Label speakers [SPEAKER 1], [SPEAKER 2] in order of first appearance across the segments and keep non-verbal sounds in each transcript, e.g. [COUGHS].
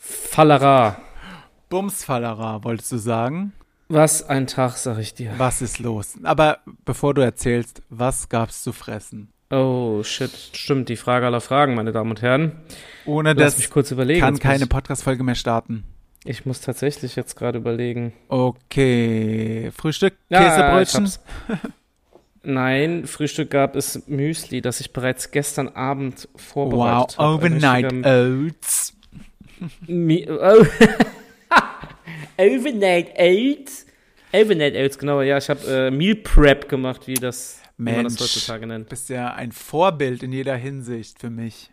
[SPEAKER 1] Fallera.
[SPEAKER 2] Bumsfallera, wolltest du sagen?
[SPEAKER 1] Was ein Tag, sag ich dir.
[SPEAKER 2] Was ist los? Aber bevor du erzählst, was gab's zu fressen?
[SPEAKER 1] Oh, shit. Stimmt, die Frage aller Fragen, meine Damen und Herren.
[SPEAKER 2] Ohne
[SPEAKER 1] Lass
[SPEAKER 2] das
[SPEAKER 1] mich kurz überlegen.
[SPEAKER 2] kann
[SPEAKER 1] Jetzt muss
[SPEAKER 2] keine Podcast-Folge mehr starten.
[SPEAKER 1] ich, ich muss tatsächlich jetzt gerade überlegen.
[SPEAKER 2] Okay, Frühstück,
[SPEAKER 1] Ja,
[SPEAKER 2] Käsebrötchen.
[SPEAKER 1] ich Nein, Frühstück gab es Müsli, das ich bereits gestern Abend
[SPEAKER 2] wow,
[SPEAKER 1] vorbereitet habe. Ein
[SPEAKER 2] Overnight
[SPEAKER 1] richtiger
[SPEAKER 2] Oats.
[SPEAKER 1] Mi [LAUGHS] oh. Overnight Oats. Overnight Oats, genau. Ja, ich habe äh, Meal Prep gemacht, wie, das, wie man das
[SPEAKER 2] Mensch.
[SPEAKER 1] heutzutage nennt.
[SPEAKER 2] Bist ja ein Vorbild in jeder Hinsicht für mich.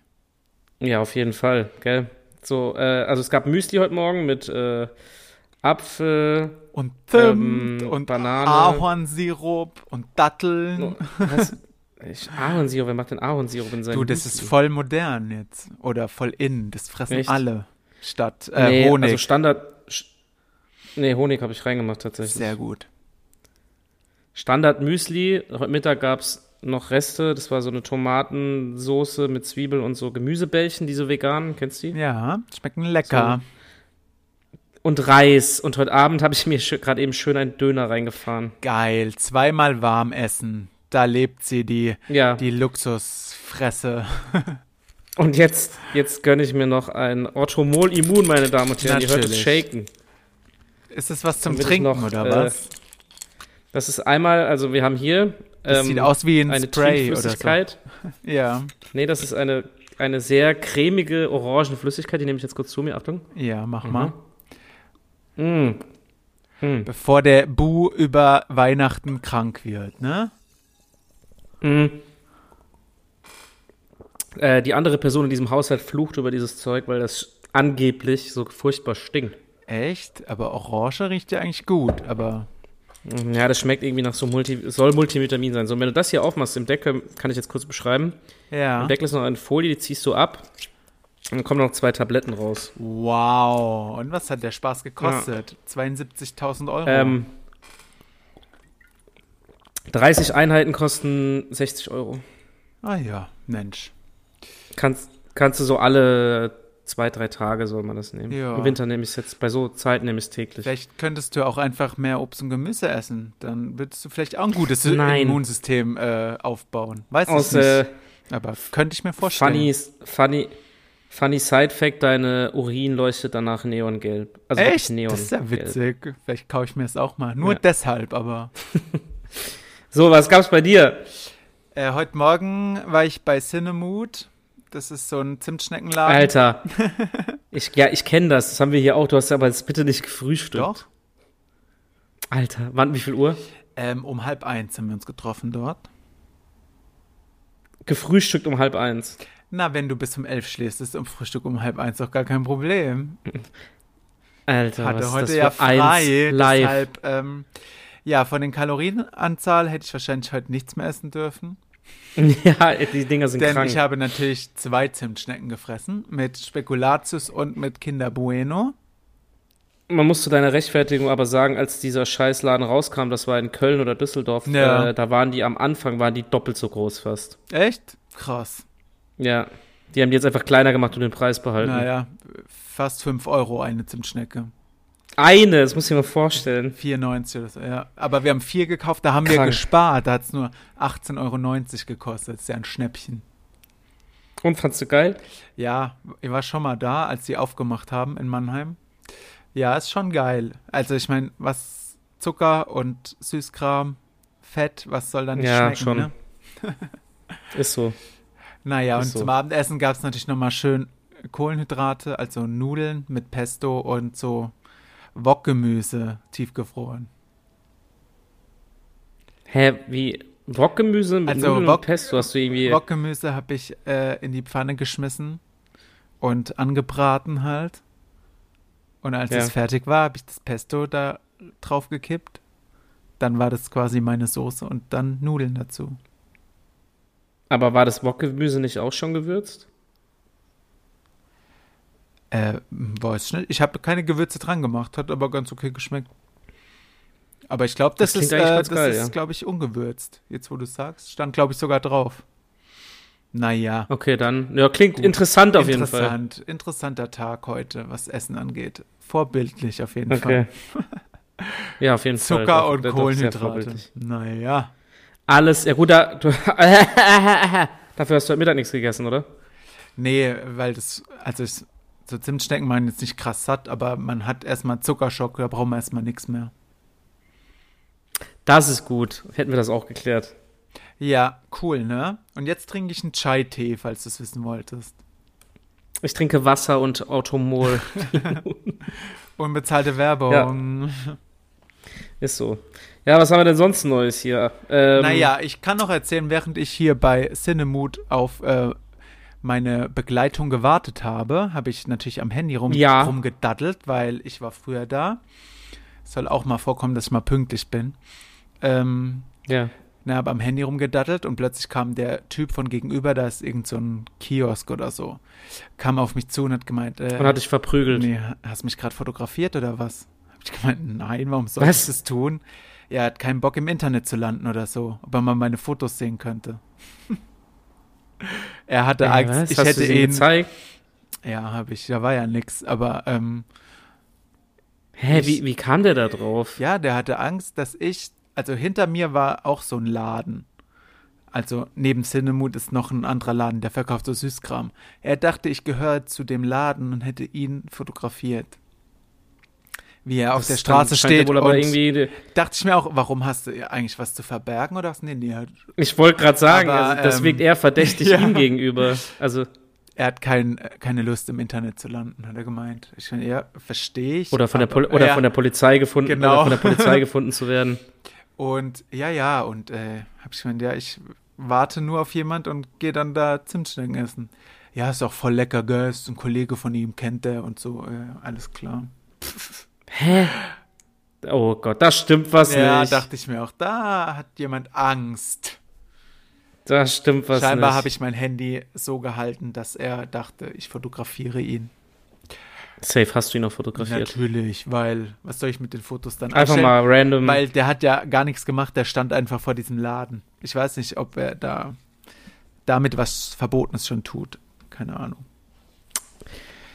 [SPEAKER 1] Ja, auf jeden Fall, gell? So, äh, also es gab Müsli heute Morgen mit äh, Apfel.
[SPEAKER 2] Und Zimt
[SPEAKER 1] Ähm,
[SPEAKER 2] und
[SPEAKER 1] Banane. Oh,
[SPEAKER 2] Ahornsirup und Datteln. [LAUGHS]
[SPEAKER 1] Was? Ich, Ahornsirup, wer macht denn Ahornsirup in seinem
[SPEAKER 2] Du, das ist
[SPEAKER 1] Müsli?
[SPEAKER 2] voll modern jetzt. Oder voll in. Das fressen
[SPEAKER 1] Echt?
[SPEAKER 2] alle. Statt äh,
[SPEAKER 1] nee,
[SPEAKER 2] Honig.
[SPEAKER 1] Also Standard. Sch- Nee, Honig habe ich reingemacht tatsächlich.
[SPEAKER 2] Sehr gut.
[SPEAKER 1] Standard Müsli. Heute Mittag gab es noch Reste. Das war so eine Tomatensoße mit Zwiebel und so Gemüsebällchen, diese veganen, kennst du die?
[SPEAKER 2] Ja, schmecken lecker.
[SPEAKER 1] Und Reis. Und heute Abend habe ich mir schö- gerade eben schön einen Döner reingefahren.
[SPEAKER 2] Geil. Zweimal warm essen. Da lebt sie, die,
[SPEAKER 1] Ja.
[SPEAKER 2] die Luxusfresse.
[SPEAKER 1] Und jetzt, jetzt gönne ich mir noch ein Orthomol Immun, meine Damen und Herren. Die hört es
[SPEAKER 2] Natürlich.
[SPEAKER 1] shaken.
[SPEAKER 2] Ist das was zum
[SPEAKER 1] Damit ich
[SPEAKER 2] Trinken
[SPEAKER 1] noch,
[SPEAKER 2] oder
[SPEAKER 1] äh,
[SPEAKER 2] was?
[SPEAKER 1] Das ist einmal, also wir haben hier ähm,
[SPEAKER 2] Das sieht aus wie ein
[SPEAKER 1] eine
[SPEAKER 2] Spray oder so.
[SPEAKER 1] Trinkflüssigkeit.
[SPEAKER 2] Ja,
[SPEAKER 1] Nee, das ist eine, eine sehr cremige Orangenflüssigkeit. Die nehme ich jetzt kurz zu mir. Achtung.
[SPEAKER 2] ja, mach mal.
[SPEAKER 1] Mm. Mhm.
[SPEAKER 2] Bevor der Bu über Weihnachten krank wird, ne?
[SPEAKER 1] Mm. Äh, die andere Person in diesem Haushalt flucht über dieses Zeug, weil das angeblich so furchtbar stinkt.
[SPEAKER 2] Echt? Aber Orange riecht ja eigentlich gut, aber
[SPEAKER 1] Mm, Ja, das schmeckt irgendwie nach so Multi, soll Multivitamin sein. So, und wenn du das hier aufmachst im Deckel, kann ich jetzt kurz beschreiben.
[SPEAKER 2] ja.
[SPEAKER 1] Im Deckel ist noch eine Folie, die ziehst du ab. Dann kommen noch zwei Tabletten raus.
[SPEAKER 2] Wow. Und was hat der Spaß gekostet? 72.000 Euro.
[SPEAKER 1] Ähm, 30 Einheiten kosten 60 Euro.
[SPEAKER 2] ah ja, Mensch.
[SPEAKER 1] Kannst, kannst du so alle zwei, drei Tage soll man das nehmen.
[SPEAKER 2] Ja.
[SPEAKER 1] Im Winter nehme ich es jetzt, bei so Zeiten nehme ich es täglich.
[SPEAKER 2] Vielleicht könntest du auch einfach mehr Obst und Gemüse essen. Dann würdest du vielleicht auch ein gutes
[SPEAKER 1] Nein.
[SPEAKER 2] Immunsystem äh, aufbauen. Weiß
[SPEAKER 1] Aus
[SPEAKER 2] ich
[SPEAKER 1] äh,
[SPEAKER 2] nicht. Aber könnte ich mir vorstellen.
[SPEAKER 1] funny, funny, funny Side Fact, deine Urin leuchtet danach neongelb. Also wirklich
[SPEAKER 2] Echt? Das ist ja
[SPEAKER 1] neongelb.
[SPEAKER 2] witzig. Vielleicht kaufe ich mir das auch mal. Nur
[SPEAKER 1] Ja.
[SPEAKER 2] deshalb, aber.
[SPEAKER 1] So, was gab's bei dir?
[SPEAKER 2] Äh, heute Morgen war ich bei Cinemood. Das ist so ein Zimtschneckenladen. [LAUGHS]
[SPEAKER 1] Alter. Ich, ja, ich kenne das. Das haben wir hier auch. Du hast aber jetzt bitte nicht gefrühstückt.
[SPEAKER 2] Doch.
[SPEAKER 1] Alter, wann, wie viel Uhr?
[SPEAKER 2] Ähm, um halb eins haben wir uns getroffen dort.
[SPEAKER 1] Gefrühstückt um halb eins.
[SPEAKER 2] Na, wenn du bis um elf schläfst, ist um Frühstück um halb eins auch gar kein Problem.
[SPEAKER 1] Alter, was
[SPEAKER 2] Hatte
[SPEAKER 1] ist
[SPEAKER 2] heute
[SPEAKER 1] das
[SPEAKER 2] ja
[SPEAKER 1] für eins
[SPEAKER 2] frei.
[SPEAKER 1] live?
[SPEAKER 2] Deshalb, ähm, ja, von den Kalorienanzahl hätte ich wahrscheinlich heute nichts mehr essen dürfen. [LAUGHS]
[SPEAKER 1] [LAUGHS] Ja, die Dinger sind
[SPEAKER 2] Denn
[SPEAKER 1] krank.
[SPEAKER 2] ich habe natürlich zwei Zimtschnecken gefressen. Mit Spekulatius und mit Kinder Bueno.
[SPEAKER 1] Man muss zu deiner Rechtfertigung aber sagen, als dieser Scheißladen rauskam, das war in Köln oder Düsseldorf,
[SPEAKER 2] Ja.
[SPEAKER 1] äh, da waren die am Anfang, waren die doppelt so groß fast.
[SPEAKER 2] Echt? Krass.
[SPEAKER 1] Ja. Die haben die jetzt einfach kleiner gemacht und den Preis behalten.
[SPEAKER 2] Naja, fast 5 Euro eine Zimtschnecke.
[SPEAKER 1] Eine, das muss ich mir vorstellen.
[SPEAKER 2] 4,90 oder so, ja. Aber wir haben vier gekauft, da haben wir
[SPEAKER 1] Krank.
[SPEAKER 2] gespart. Da hat es nur 18,90 Euro gekostet. Das ist ja ein Schnäppchen.
[SPEAKER 1] Und fandst du geil?
[SPEAKER 2] Ja, ich war schon mal da, als sie aufgemacht haben in Mannheim. Ja, ist schon geil. Also ich meine, was Zucker und Süßkram, Fett, was soll dann nicht
[SPEAKER 1] Ja,
[SPEAKER 2] schmecken,
[SPEAKER 1] schon.
[SPEAKER 2] ne?
[SPEAKER 1] Ist so.
[SPEAKER 2] Naja, und
[SPEAKER 1] Ist so.
[SPEAKER 2] zum Abendessen gab es natürlich nochmal schön Kohlenhydrate, also Nudeln mit Pesto und so Wokgemüse tiefgefroren.
[SPEAKER 1] Hä, wie Wokgemüse mit
[SPEAKER 2] Also
[SPEAKER 1] Nudeln
[SPEAKER 2] Wok-
[SPEAKER 1] und Pesto hast du irgendwie.
[SPEAKER 2] Wokgemüse habe ich äh, in die Pfanne geschmissen und angebraten halt. Und als
[SPEAKER 1] Ja.
[SPEAKER 2] es fertig war, habe ich das Pesto da drauf gekippt. Dann war das quasi meine Soße und dann Nudeln dazu.
[SPEAKER 1] Aber war das Wokgemüse nicht auch schon gewürzt?
[SPEAKER 2] Äh, weiß nicht. Ich habe keine Gewürze dran gemacht, hat aber ganz okay geschmeckt. Aber ich glaube, das,
[SPEAKER 1] Das klingt
[SPEAKER 2] ist,
[SPEAKER 1] eigentlich
[SPEAKER 2] äh, das
[SPEAKER 1] ganz geil,
[SPEAKER 2] ist
[SPEAKER 1] ja.
[SPEAKER 2] glaube ich, ungewürzt. Jetzt, wo du sagst, stand, glaube ich, sogar drauf. Naja.
[SPEAKER 1] Okay, dann. Ja, klingt interessant auf jeden Fall.
[SPEAKER 2] Interessant. Interessanter Tag heute, was Essen angeht. Vorbildlich auf jeden
[SPEAKER 1] Okay.
[SPEAKER 2] Fall.
[SPEAKER 1] [LAUGHS] Ja, auf jeden Fall.
[SPEAKER 2] Zucker
[SPEAKER 1] Doch,
[SPEAKER 2] und
[SPEAKER 1] doch, sehr
[SPEAKER 2] Kohlenhydrate.
[SPEAKER 1] vorbildlich.
[SPEAKER 2] Naja.
[SPEAKER 1] Alles, ja gut, da, du, [LAUGHS] dafür hast du heute Mittag nichts gegessen, oder?
[SPEAKER 2] Nee, weil das, also ich, so Zimtschnecken machen jetzt nicht krass satt, aber man hat erstmal Zuckerschock, da braucht man erstmal nichts mehr.
[SPEAKER 1] Das ist gut. Hätten wir das auch geklärt.
[SPEAKER 2] Ja, cool, ne? Und jetzt trinke ich einen Chai-Tee, falls du es wissen wolltest.
[SPEAKER 1] Ich trinke Wasser und
[SPEAKER 2] [LAUGHS]
[SPEAKER 1] Automol.
[SPEAKER 2] Unbezahlte Werbung.
[SPEAKER 1] ist so. Ja, was haben wir denn sonst Neues hier? Ähm,
[SPEAKER 2] Naja, ich kann noch erzählen, während ich hier bei Cinemood auf äh, meine Begleitung gewartet habe, habe ich natürlich am Handy rum,
[SPEAKER 1] Ja.
[SPEAKER 2] rumgedaddelt, weil ich war früher da. Es soll auch mal vorkommen, dass ich mal pünktlich bin. Ähm,
[SPEAKER 1] Ja.
[SPEAKER 2] Na, hab am Handy rumgedattelt und plötzlich kam der Typ von gegenüber, da ist irgend so ein Kiosk oder so, kam auf mich zu und hat gemeint, äh,
[SPEAKER 1] Und hat dich verprügelt.
[SPEAKER 2] nee, hast mich gerade fotografiert oder was? Hab ich gemeint, nein, warum soll ich
[SPEAKER 1] Was?
[SPEAKER 2] das tun? Er hat keinen Bock im Internet zu landen oder so, ob er mal meine Fotos sehen könnte. [LAUGHS] er hatte
[SPEAKER 1] Ey,
[SPEAKER 2] Angst,
[SPEAKER 1] was?
[SPEAKER 2] ich
[SPEAKER 1] Hast
[SPEAKER 2] hätte
[SPEAKER 1] du sie
[SPEAKER 2] ihn.
[SPEAKER 1] gezeigt.
[SPEAKER 2] Ja, habe ich, da war ja nix, aber ähm,
[SPEAKER 1] Hä,
[SPEAKER 2] Ich-
[SPEAKER 1] wie, wie kam der da drauf?
[SPEAKER 2] Ja, der hatte Angst, dass ich, also hinter mir war auch so ein Laden. Also neben Cinemut ist noch ein anderer Laden, der verkauft so Süßkram. Er dachte, ich gehöre zu dem Laden und hätte ihn fotografiert. Wie er auf
[SPEAKER 1] Das
[SPEAKER 2] der
[SPEAKER 1] ist-
[SPEAKER 2] Straße
[SPEAKER 1] scheint ja
[SPEAKER 2] steht.
[SPEAKER 1] Wohl aber
[SPEAKER 2] und
[SPEAKER 1] irgendwie,
[SPEAKER 2] dachte ich mir auch, warum hast du eigentlich was zu verbergen oder was? Nee, nee, er hat-
[SPEAKER 1] ich wollte gerade sagen,
[SPEAKER 2] Aber,
[SPEAKER 1] also, das
[SPEAKER 2] ähm,
[SPEAKER 1] wirkt eher
[SPEAKER 2] [LAUGHS]
[SPEAKER 1] verdächtig
[SPEAKER 2] ja.
[SPEAKER 1] ihm gegenüber. Also,
[SPEAKER 2] er hat kein, keine Lust im Internet zu landen, hat er gemeint. Ich meine, ja, verstehe ich.
[SPEAKER 1] oder von, der,
[SPEAKER 2] aber-
[SPEAKER 1] Pol oder
[SPEAKER 2] ja.
[SPEAKER 1] von der Polizei gefunden oder
[SPEAKER 2] Genau.
[SPEAKER 1] von der
[SPEAKER 2] [LAUGHS]
[SPEAKER 1] Polizei gefunden zu werden.
[SPEAKER 2] Und ja, ja, und äh, hab ich gemeint, ja, ich warte nur auf jemand und gehe dann da Zimtschnecken essen. Ja, ist auch voll lecker, gell? Ist ein Kollege von ihm, kennt der und so, äh, alles klar.
[SPEAKER 1] Hä? Oh Gott, das stimmt was
[SPEAKER 2] ja,
[SPEAKER 1] nicht.
[SPEAKER 2] dachte ich mir auch, da hat jemand Angst.
[SPEAKER 1] Da stimmt was
[SPEAKER 2] Scheinbar
[SPEAKER 1] nicht.
[SPEAKER 2] habe ich mein Handy so gehalten, dass er dachte, ich fotografiere ihn.
[SPEAKER 1] Safe hast du ihn noch fotografiert.
[SPEAKER 2] Natürlich, weil, was soll ich mit den Fotos dann
[SPEAKER 1] Einfach
[SPEAKER 2] anstellen?
[SPEAKER 1] mal random.
[SPEAKER 2] Weil der hat ja gar nichts gemacht, der stand einfach vor diesem Laden. Ich weiß nicht, ob er da damit was Verbotenes schon tut. Keine Ahnung.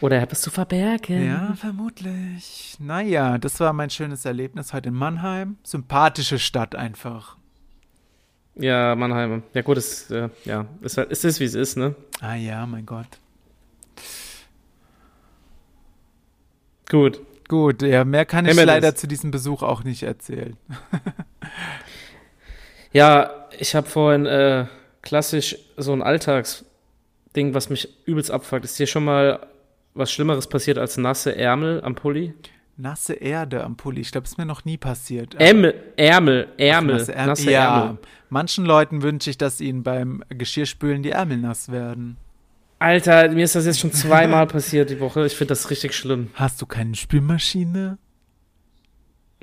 [SPEAKER 1] oder er hat was zu verbergen.
[SPEAKER 2] Ja, vermutlich. Naja, das war mein schönes Erlebnis heute in Mannheim. Sympathische Stadt einfach.
[SPEAKER 1] Ja, Mannheim. Ja, gut, es, äh, ja, es, halt- es ist, wie es ist, ne?
[SPEAKER 2] Ah ja, mein Gott.
[SPEAKER 1] Gut.
[SPEAKER 2] Gut, ja, mehr kann ich
[SPEAKER 1] Emil
[SPEAKER 2] leider
[SPEAKER 1] ist-
[SPEAKER 2] zu diesem Besuch auch nicht erzählen.
[SPEAKER 1] Ja, ich habe vorhin äh, klassisch so ein Alltagsding, was mich übelst abfuckt. Ist dir schon mal was Schlimmeres passiert als nasse Ärmel am Pulli?
[SPEAKER 2] Nasse Erde am Pulli. Ich glaube, ist mir noch nie passiert.
[SPEAKER 1] Ärmel, Ärmel, Ärmel,
[SPEAKER 2] Nasse Ärmel.
[SPEAKER 1] nasse
[SPEAKER 2] ja,
[SPEAKER 1] Ärmel.
[SPEAKER 2] manchen Leuten wünsche ich, dass ihnen beim Geschirrspülen die Ärmel nass werden.
[SPEAKER 1] Alter, mir ist das jetzt schon
[SPEAKER 2] [LAUGHS]
[SPEAKER 1] zweimal passiert die Woche. Ich finde das richtig schlimm.
[SPEAKER 2] Hast du keine Spülmaschine?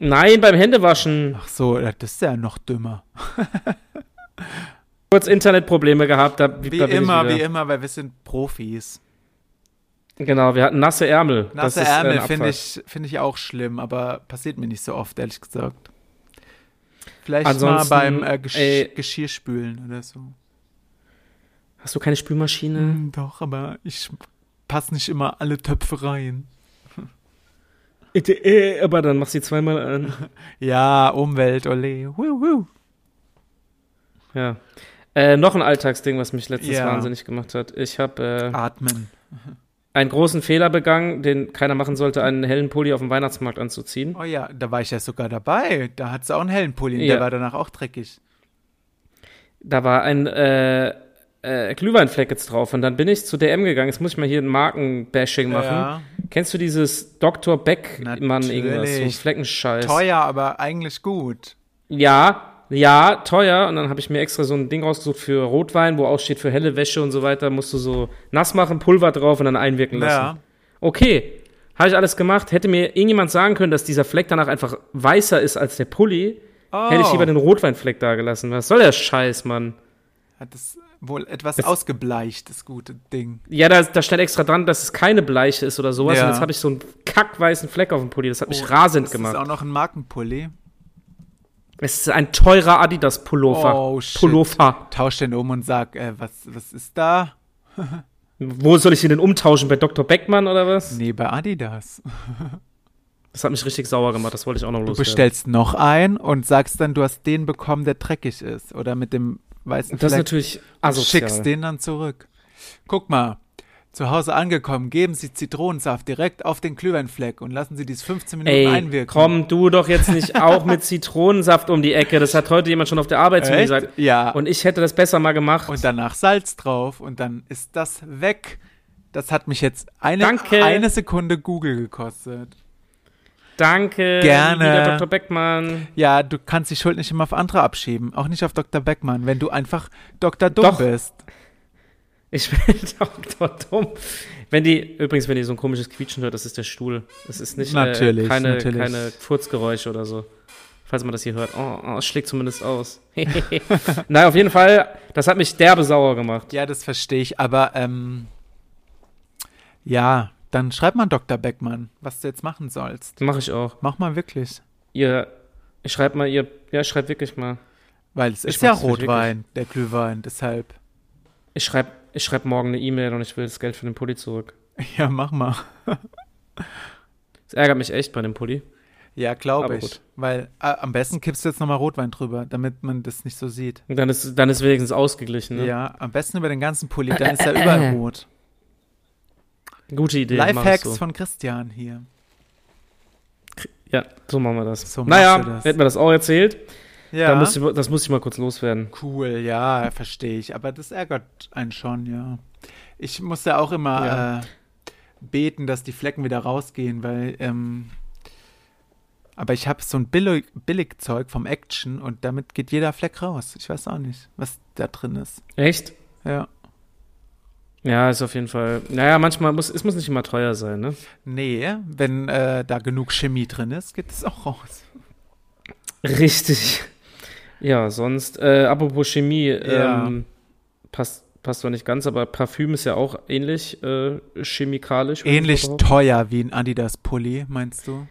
[SPEAKER 1] Nein, beim Händewaschen.
[SPEAKER 2] Ach so, das ist ja noch dümmer.
[SPEAKER 1] Kurz Internetprobleme gehabt. Da,
[SPEAKER 2] Wie
[SPEAKER 1] da bin
[SPEAKER 2] immer,
[SPEAKER 1] ich
[SPEAKER 2] wie
[SPEAKER 1] wieder.
[SPEAKER 2] immer, weil wir sind Profis.
[SPEAKER 1] Genau, wir hatten nasse Ärmel. Das
[SPEAKER 2] Nasse
[SPEAKER 1] ist, äh, ein
[SPEAKER 2] Ärmel
[SPEAKER 1] Abfuck.
[SPEAKER 2] finde ich, finde ich auch schlimm, aber passiert mir nicht so oft, ehrlich gesagt. Vielleicht
[SPEAKER 1] Ansonsten,
[SPEAKER 2] mal beim äh, Gesch
[SPEAKER 1] ey.
[SPEAKER 2] Geschirrspülen oder so.
[SPEAKER 1] Hast du keine Spülmaschine?
[SPEAKER 2] Hm, doch, aber ich passe nicht immer alle Töpfe rein.
[SPEAKER 1] Äh, äh, Aber dann machst du sie zweimal
[SPEAKER 2] [LAUGHS]
[SPEAKER 1] an.
[SPEAKER 2] Ja, Umwelt, ole. Woo, woo.
[SPEAKER 1] Ja. Äh, noch ein Alltagsding, was mich letztens
[SPEAKER 2] Ja. Ah.
[SPEAKER 1] wahnsinnig gemacht hat. Ich habe äh,
[SPEAKER 2] Atmen.
[SPEAKER 1] einen großen Fehler begangen, den keiner machen sollte, einen hellen Pulli auf dem Weihnachtsmarkt anzuziehen.
[SPEAKER 2] Oh ja, da war ich ja sogar dabei. Da hat sie auch einen hellen Pulli, und
[SPEAKER 1] Ja.
[SPEAKER 2] der war danach auch dreckig.
[SPEAKER 1] Da war ein äh, äh, Glühweinfleck jetzt drauf und dann bin ich zu DM gegangen. Jetzt muss ich mal hier ein Markenbashing machen.
[SPEAKER 2] Ja.
[SPEAKER 1] Kennst du dieses Dr. Beckmann irgendwas? So
[SPEAKER 2] Natürlich.
[SPEAKER 1] Fleckenscheiß.
[SPEAKER 2] Teuer, aber eigentlich gut.
[SPEAKER 1] Ja, ja, teuer. Und dann habe ich mir extra so ein Ding rausgesucht für Rotwein, wo auch steht für helle Wäsche und so weiter. Musst du so nass machen, Pulver drauf und dann einwirken lassen.
[SPEAKER 2] Ja.
[SPEAKER 1] Okay, habe ich alles gemacht. Hätte mir irgendjemand sagen können, dass dieser Fleck danach einfach weißer ist als der Pulli,
[SPEAKER 2] Oh.
[SPEAKER 1] hätte ich lieber den Rotweinfleck da gelassen. Was soll der Scheiß, Mann?
[SPEAKER 2] Hat es wohl etwas ausgebleicht, das gute Ding.
[SPEAKER 1] Ja, da, da stand extra dran, dass es keine Bleiche ist oder sowas.
[SPEAKER 2] Ja.
[SPEAKER 1] Und jetzt habe ich so einen kackweißen Fleck auf dem Pulli. Das hat mich
[SPEAKER 2] Oh,
[SPEAKER 1] rasend
[SPEAKER 2] Das ist
[SPEAKER 1] gemacht.
[SPEAKER 2] auch noch ein Markenpulli.
[SPEAKER 1] Es ist ein teurer Adidas-Pullover.
[SPEAKER 2] Oh, shit.
[SPEAKER 1] Pullover.
[SPEAKER 2] Tausch den um und sag, äh, was, was ist da?
[SPEAKER 1] Wo soll ich ihn denn umtauschen? Bei Dr. Beckmann oder was?
[SPEAKER 2] Nee, bei Adidas.
[SPEAKER 1] Das hat mich richtig sauer gemacht. Das wollte ich auch noch
[SPEAKER 2] Du
[SPEAKER 1] loswerden.
[SPEAKER 2] bestellst noch einen und sagst dann, du hast den bekommen, der dreckig ist. Oder mit dem weißen
[SPEAKER 1] Das ist
[SPEAKER 2] Fleck.
[SPEAKER 1] natürlich
[SPEAKER 2] und
[SPEAKER 1] asozial.
[SPEAKER 2] schickst den dann zurück. Guck mal, zu Hause angekommen, geben Sie Zitronensaft direkt auf den Glühweinfleck und lassen Sie dies 15 Minuten
[SPEAKER 1] Ey,
[SPEAKER 2] einwirken.
[SPEAKER 1] komm du doch jetzt nicht auch mit Zitronensaft um die Ecke. Das hat heute jemand schon auf der Arbeit zu mir
[SPEAKER 2] Echt?
[SPEAKER 1] gesagt.
[SPEAKER 2] Ja.
[SPEAKER 1] Und ich hätte das besser mal gemacht.
[SPEAKER 2] Und danach Salz drauf und dann ist das weg. Das hat mich jetzt eine,
[SPEAKER 1] Danke.
[SPEAKER 2] eine Sekunde Google gekostet.
[SPEAKER 1] Danke,
[SPEAKER 2] Gerne.
[SPEAKER 1] lieber Dr. Beckmann.
[SPEAKER 2] Ja, du kannst die Schuld nicht immer auf andere abschieben. Auch nicht auf Dr. Beckmann, wenn du einfach Dr. Dumm
[SPEAKER 1] Doch.
[SPEAKER 2] bist.
[SPEAKER 1] Ich bin [LAUGHS] Dr. Dumm. Wenn die, übrigens, wenn ihr so ein komisches Quietschen hört, das ist der Stuhl. Das ist nicht
[SPEAKER 2] Natürlich,
[SPEAKER 1] äh, keine,
[SPEAKER 2] natürlich.
[SPEAKER 1] keine Furzgeräusche oder so. Falls man das hier hört. Oh, oh es schlägt zumindest aus. [LAUGHS] Nein, auf jeden Fall, das hat mich derbe sauer gemacht.
[SPEAKER 2] Ja, das verstehe ich, aber ähm, ja, dann schreib mal Dr. Beckmann, was du jetzt machen sollst.
[SPEAKER 1] Mache ich auch.
[SPEAKER 2] Mach mal wirklich.
[SPEAKER 1] Ihr, ich schreibt mal, ihr, ja, schreibt wirklich mal.
[SPEAKER 2] Weil es
[SPEAKER 1] Ich
[SPEAKER 2] ist ja
[SPEAKER 1] mach's nicht
[SPEAKER 2] Rotwein, der Glühwein, deshalb. [LAUGHS]
[SPEAKER 1] Ich schreibe ich schreib morgen eine E-Mail und ich will das Geld für den Pulli zurück.
[SPEAKER 2] Ja, mach mal.
[SPEAKER 1] Das ärgert mich echt bei dem Pulli.
[SPEAKER 2] Ja, glaube
[SPEAKER 1] Aber
[SPEAKER 2] ich.
[SPEAKER 1] gut.
[SPEAKER 2] Weil äh, am besten kippst du jetzt nochmal Rotwein drüber, damit man das nicht so sieht.
[SPEAKER 1] Und dann ist, dann ist wenigstens ausgeglichen. Ne?
[SPEAKER 2] Ja, am besten über den ganzen Pulli, dann ist er
[SPEAKER 1] [COUGHS]
[SPEAKER 2] überall rot.
[SPEAKER 1] Gute Idee. mach ich
[SPEAKER 2] Lifehacks
[SPEAKER 1] so.
[SPEAKER 2] von Christian hier.
[SPEAKER 1] Ja, so machen wir das.
[SPEAKER 2] So machst
[SPEAKER 1] naja,
[SPEAKER 2] du das.
[SPEAKER 1] hätten wir das auch erzählt.
[SPEAKER 2] Ja,
[SPEAKER 1] Da muss ich, das muss ich mal kurz loswerden.
[SPEAKER 2] cool, ja, verstehe ich. Aber das ärgert einen schon, ja. Ich muss ja auch immer
[SPEAKER 1] Ja.
[SPEAKER 2] Äh, beten, dass die Flecken wieder rausgehen, weil ähm, aber ich habe so ein billig, Billigzeug vom Action und damit geht jeder Fleck raus. Ich weiß auch nicht, was da drin ist.
[SPEAKER 1] Echt?
[SPEAKER 2] Ja.
[SPEAKER 1] Ja, ist auf jeden Fall. Naja, manchmal muss es muss nicht immer teuer sein, ne?
[SPEAKER 2] Nee, wenn äh, da genug Chemie drin ist, geht es auch raus.
[SPEAKER 1] Richtig. Ja, sonst, äh, apropos Chemie,
[SPEAKER 2] Ja.
[SPEAKER 1] ähm, passt, passt zwar nicht ganz, aber Parfüm ist ja auch ähnlich äh, chemikalisch. würde ich
[SPEAKER 2] Ähnlich
[SPEAKER 1] mal behaupten.
[SPEAKER 2] teuer wie ein Adidas Pulli, meinst du?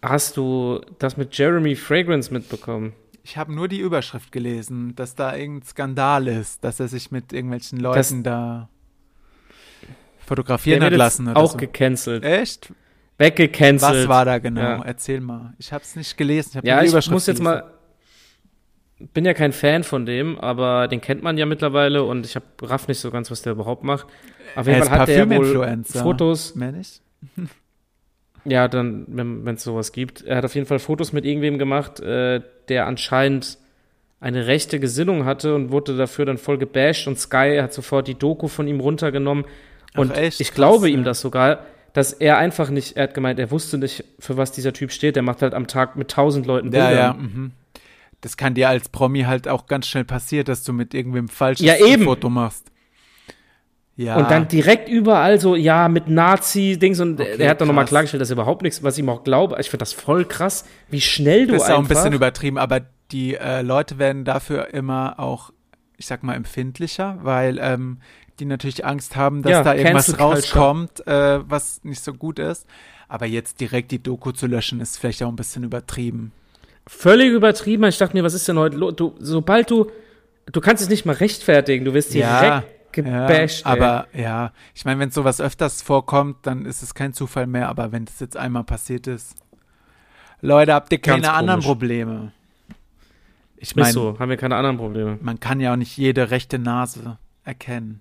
[SPEAKER 1] Hast du das mit Jeremy Fragrance mitbekommen?
[SPEAKER 2] Ich habe nur die Überschrift gelesen, dass da irgendein Skandal ist, dass er sich mit irgendwelchen
[SPEAKER 1] Das-
[SPEAKER 2] Leuten da
[SPEAKER 1] Der
[SPEAKER 2] fotografieren
[SPEAKER 1] wird
[SPEAKER 2] hat
[SPEAKER 1] jetzt
[SPEAKER 2] lassen oder
[SPEAKER 1] auch
[SPEAKER 2] so.
[SPEAKER 1] gecancelt.
[SPEAKER 2] Echt? Was
[SPEAKER 1] Weggecancelt.
[SPEAKER 2] war da genau?
[SPEAKER 1] Ja.
[SPEAKER 2] Erzähl mal. Ich habe es nicht gelesen. Ich habe
[SPEAKER 1] Ja,
[SPEAKER 2] nur die
[SPEAKER 1] ich
[SPEAKER 2] Überschrift
[SPEAKER 1] muss jetzt
[SPEAKER 2] gelesen.
[SPEAKER 1] mal. Bin ja kein Fan von dem, aber den kennt man ja mittlerweile und ich habe raff nicht so ganz, was der überhaupt macht. Auf
[SPEAKER 2] Er
[SPEAKER 1] jeden
[SPEAKER 2] ist
[SPEAKER 1] Fall hat der wohl
[SPEAKER 2] Parfüm-Influencer.
[SPEAKER 1] Fotos.
[SPEAKER 2] Mehr nicht?
[SPEAKER 1] Ja, dann, wenn es sowas gibt. Er hat auf jeden Fall Fotos mit irgendwem gemacht, äh, der anscheinend eine rechte Gesinnung hatte und wurde dafür dann voll gebasht und Sky hat sofort die Doku von ihm runtergenommen.
[SPEAKER 2] Ach,
[SPEAKER 1] Und
[SPEAKER 2] echt?
[SPEAKER 1] ich
[SPEAKER 2] Krass,
[SPEAKER 1] glaube
[SPEAKER 2] ja.
[SPEAKER 1] ihm das sogar, dass er einfach nicht, er hat gemeint, er wusste nicht, für was dieser Typ steht. Der macht halt am Tag mit tausend Leuten
[SPEAKER 2] Ja,
[SPEAKER 1] Bilder.
[SPEAKER 2] ja. Mhm. Das kann dir als Promi halt auch ganz schnell passieren, dass du mit irgendwem falsches
[SPEAKER 1] Ja, eben.
[SPEAKER 2] Foto machst. Ja.
[SPEAKER 1] Und dann direkt überall so, ja, mit Nazi-Dings und
[SPEAKER 2] Ah. Okay,
[SPEAKER 1] er hat dann nochmal
[SPEAKER 2] krass.
[SPEAKER 1] klargestellt, dass er überhaupt nichts, was ich ihm auch glaube. Ich finde das voll krass, wie schnell du
[SPEAKER 2] Das ist
[SPEAKER 1] einfach.
[SPEAKER 2] auch ein bisschen übertrieben, aber die äh, Leute werden dafür immer auch, ich sag mal, empfindlicher, weil ähm, die natürlich Angst haben, dass
[SPEAKER 1] Ja,
[SPEAKER 2] da irgendwas
[SPEAKER 1] Cancel Culture.
[SPEAKER 2] rauskommt, äh, was nicht so gut ist. Aber jetzt direkt die Doku zu löschen, ist vielleicht auch ein bisschen übertrieben.
[SPEAKER 1] völlig übertrieben. Ich dachte mir, was ist denn heute los? Du, sobald du, du kannst es nicht mal rechtfertigen. Du wirst direkt gebasht.
[SPEAKER 2] ja,
[SPEAKER 1] ey.
[SPEAKER 2] aber ja, ich meine, wenn sowas öfters vorkommt, dann ist es kein Zufall mehr, aber wenn das jetzt einmal passiert ist, Leute, habt ihr keine
[SPEAKER 1] Ganz
[SPEAKER 2] anderen
[SPEAKER 1] komisch.
[SPEAKER 2] Probleme? Ich
[SPEAKER 1] ist
[SPEAKER 2] meine,
[SPEAKER 1] so, haben wir keine anderen Probleme.
[SPEAKER 2] man kann ja auch nicht jede rechte Nase erkennen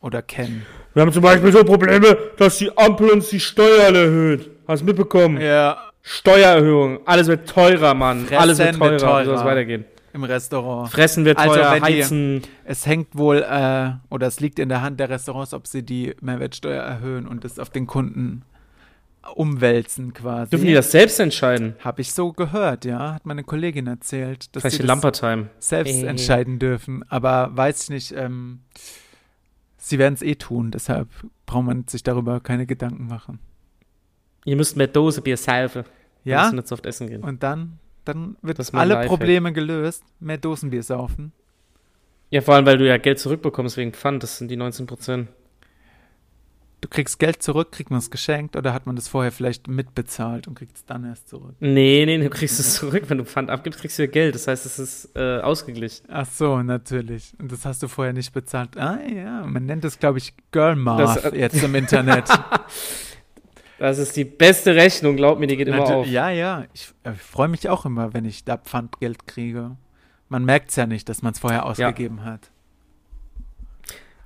[SPEAKER 2] oder kennen.
[SPEAKER 1] Wir haben zum Beispiel so Probleme, dass die Ampel uns die Steuer alle erhöht. Hast du mitbekommen?
[SPEAKER 2] Ja.
[SPEAKER 1] Steuererhöhung. Alles wird teurer, Mann.
[SPEAKER 2] Fressen
[SPEAKER 1] Alles wird
[SPEAKER 2] wird
[SPEAKER 1] teurer. Wie soll
[SPEAKER 2] teurer.
[SPEAKER 1] es weitergehen?
[SPEAKER 2] Im Restaurant.
[SPEAKER 1] Fressen wird
[SPEAKER 2] Also,
[SPEAKER 1] teuer,
[SPEAKER 2] wenn die-
[SPEAKER 1] heizen.
[SPEAKER 2] Es hängt wohl, äh, oder es liegt in der Hand der Restaurants, ob sie die Mehrwertsteuer erhöhen und das auf den Kunden umwälzen quasi.
[SPEAKER 1] Dürfen die das selbst entscheiden?
[SPEAKER 2] Habe ich so gehört, ja. Hat meine Kollegin erzählt, dass
[SPEAKER 1] Vielleicht
[SPEAKER 2] sie das
[SPEAKER 1] Lampertime.
[SPEAKER 2] selbst
[SPEAKER 1] Äh.
[SPEAKER 2] entscheiden dürfen. Aber weiß ich nicht, ähm, sie werden es eh tun, deshalb braucht man sich darüber keine Gedanken machen.
[SPEAKER 1] Ihr müsst mehr Dose Bier salve. Wir
[SPEAKER 2] Ja?
[SPEAKER 1] müssen jetzt oft essen gehen.
[SPEAKER 2] Und dann, dann wird
[SPEAKER 1] Das ist mein
[SPEAKER 2] alle
[SPEAKER 1] Lifehack.
[SPEAKER 2] Probleme gelöst. Mehr Dosenbier saufen.
[SPEAKER 1] Ja, vor allem, weil du ja Geld zurückbekommst wegen Pfand. Das sind die 19 Prozent.
[SPEAKER 2] du kriegst Geld zurück, kriegt man es geschenkt oder hat man das vorher vielleicht mitbezahlt und kriegt es dann erst zurück?
[SPEAKER 1] Nee, nee, du kriegst es zurück. Wenn du Pfand abgibst, kriegst du ja Geld. Das heißt, es ist äh, ausgeglichen.
[SPEAKER 2] Ach so, natürlich. Und das hast du vorher nicht bezahlt. Ah ja, man nennt das, glaube ich, Girl
[SPEAKER 1] Das,
[SPEAKER 2] Math
[SPEAKER 1] äh,
[SPEAKER 2] jetzt im Internet.
[SPEAKER 1] Das ist die beste Rechnung, glaub mir, die geht [LAUGHS] immer
[SPEAKER 2] Natu-
[SPEAKER 1] auf.
[SPEAKER 2] Ja, ja. Ich, äh, ich freue mich auch immer, wenn ich da Pfandgeld kriege. Man merkt es ja nicht, dass man es vorher ausgegeben hat.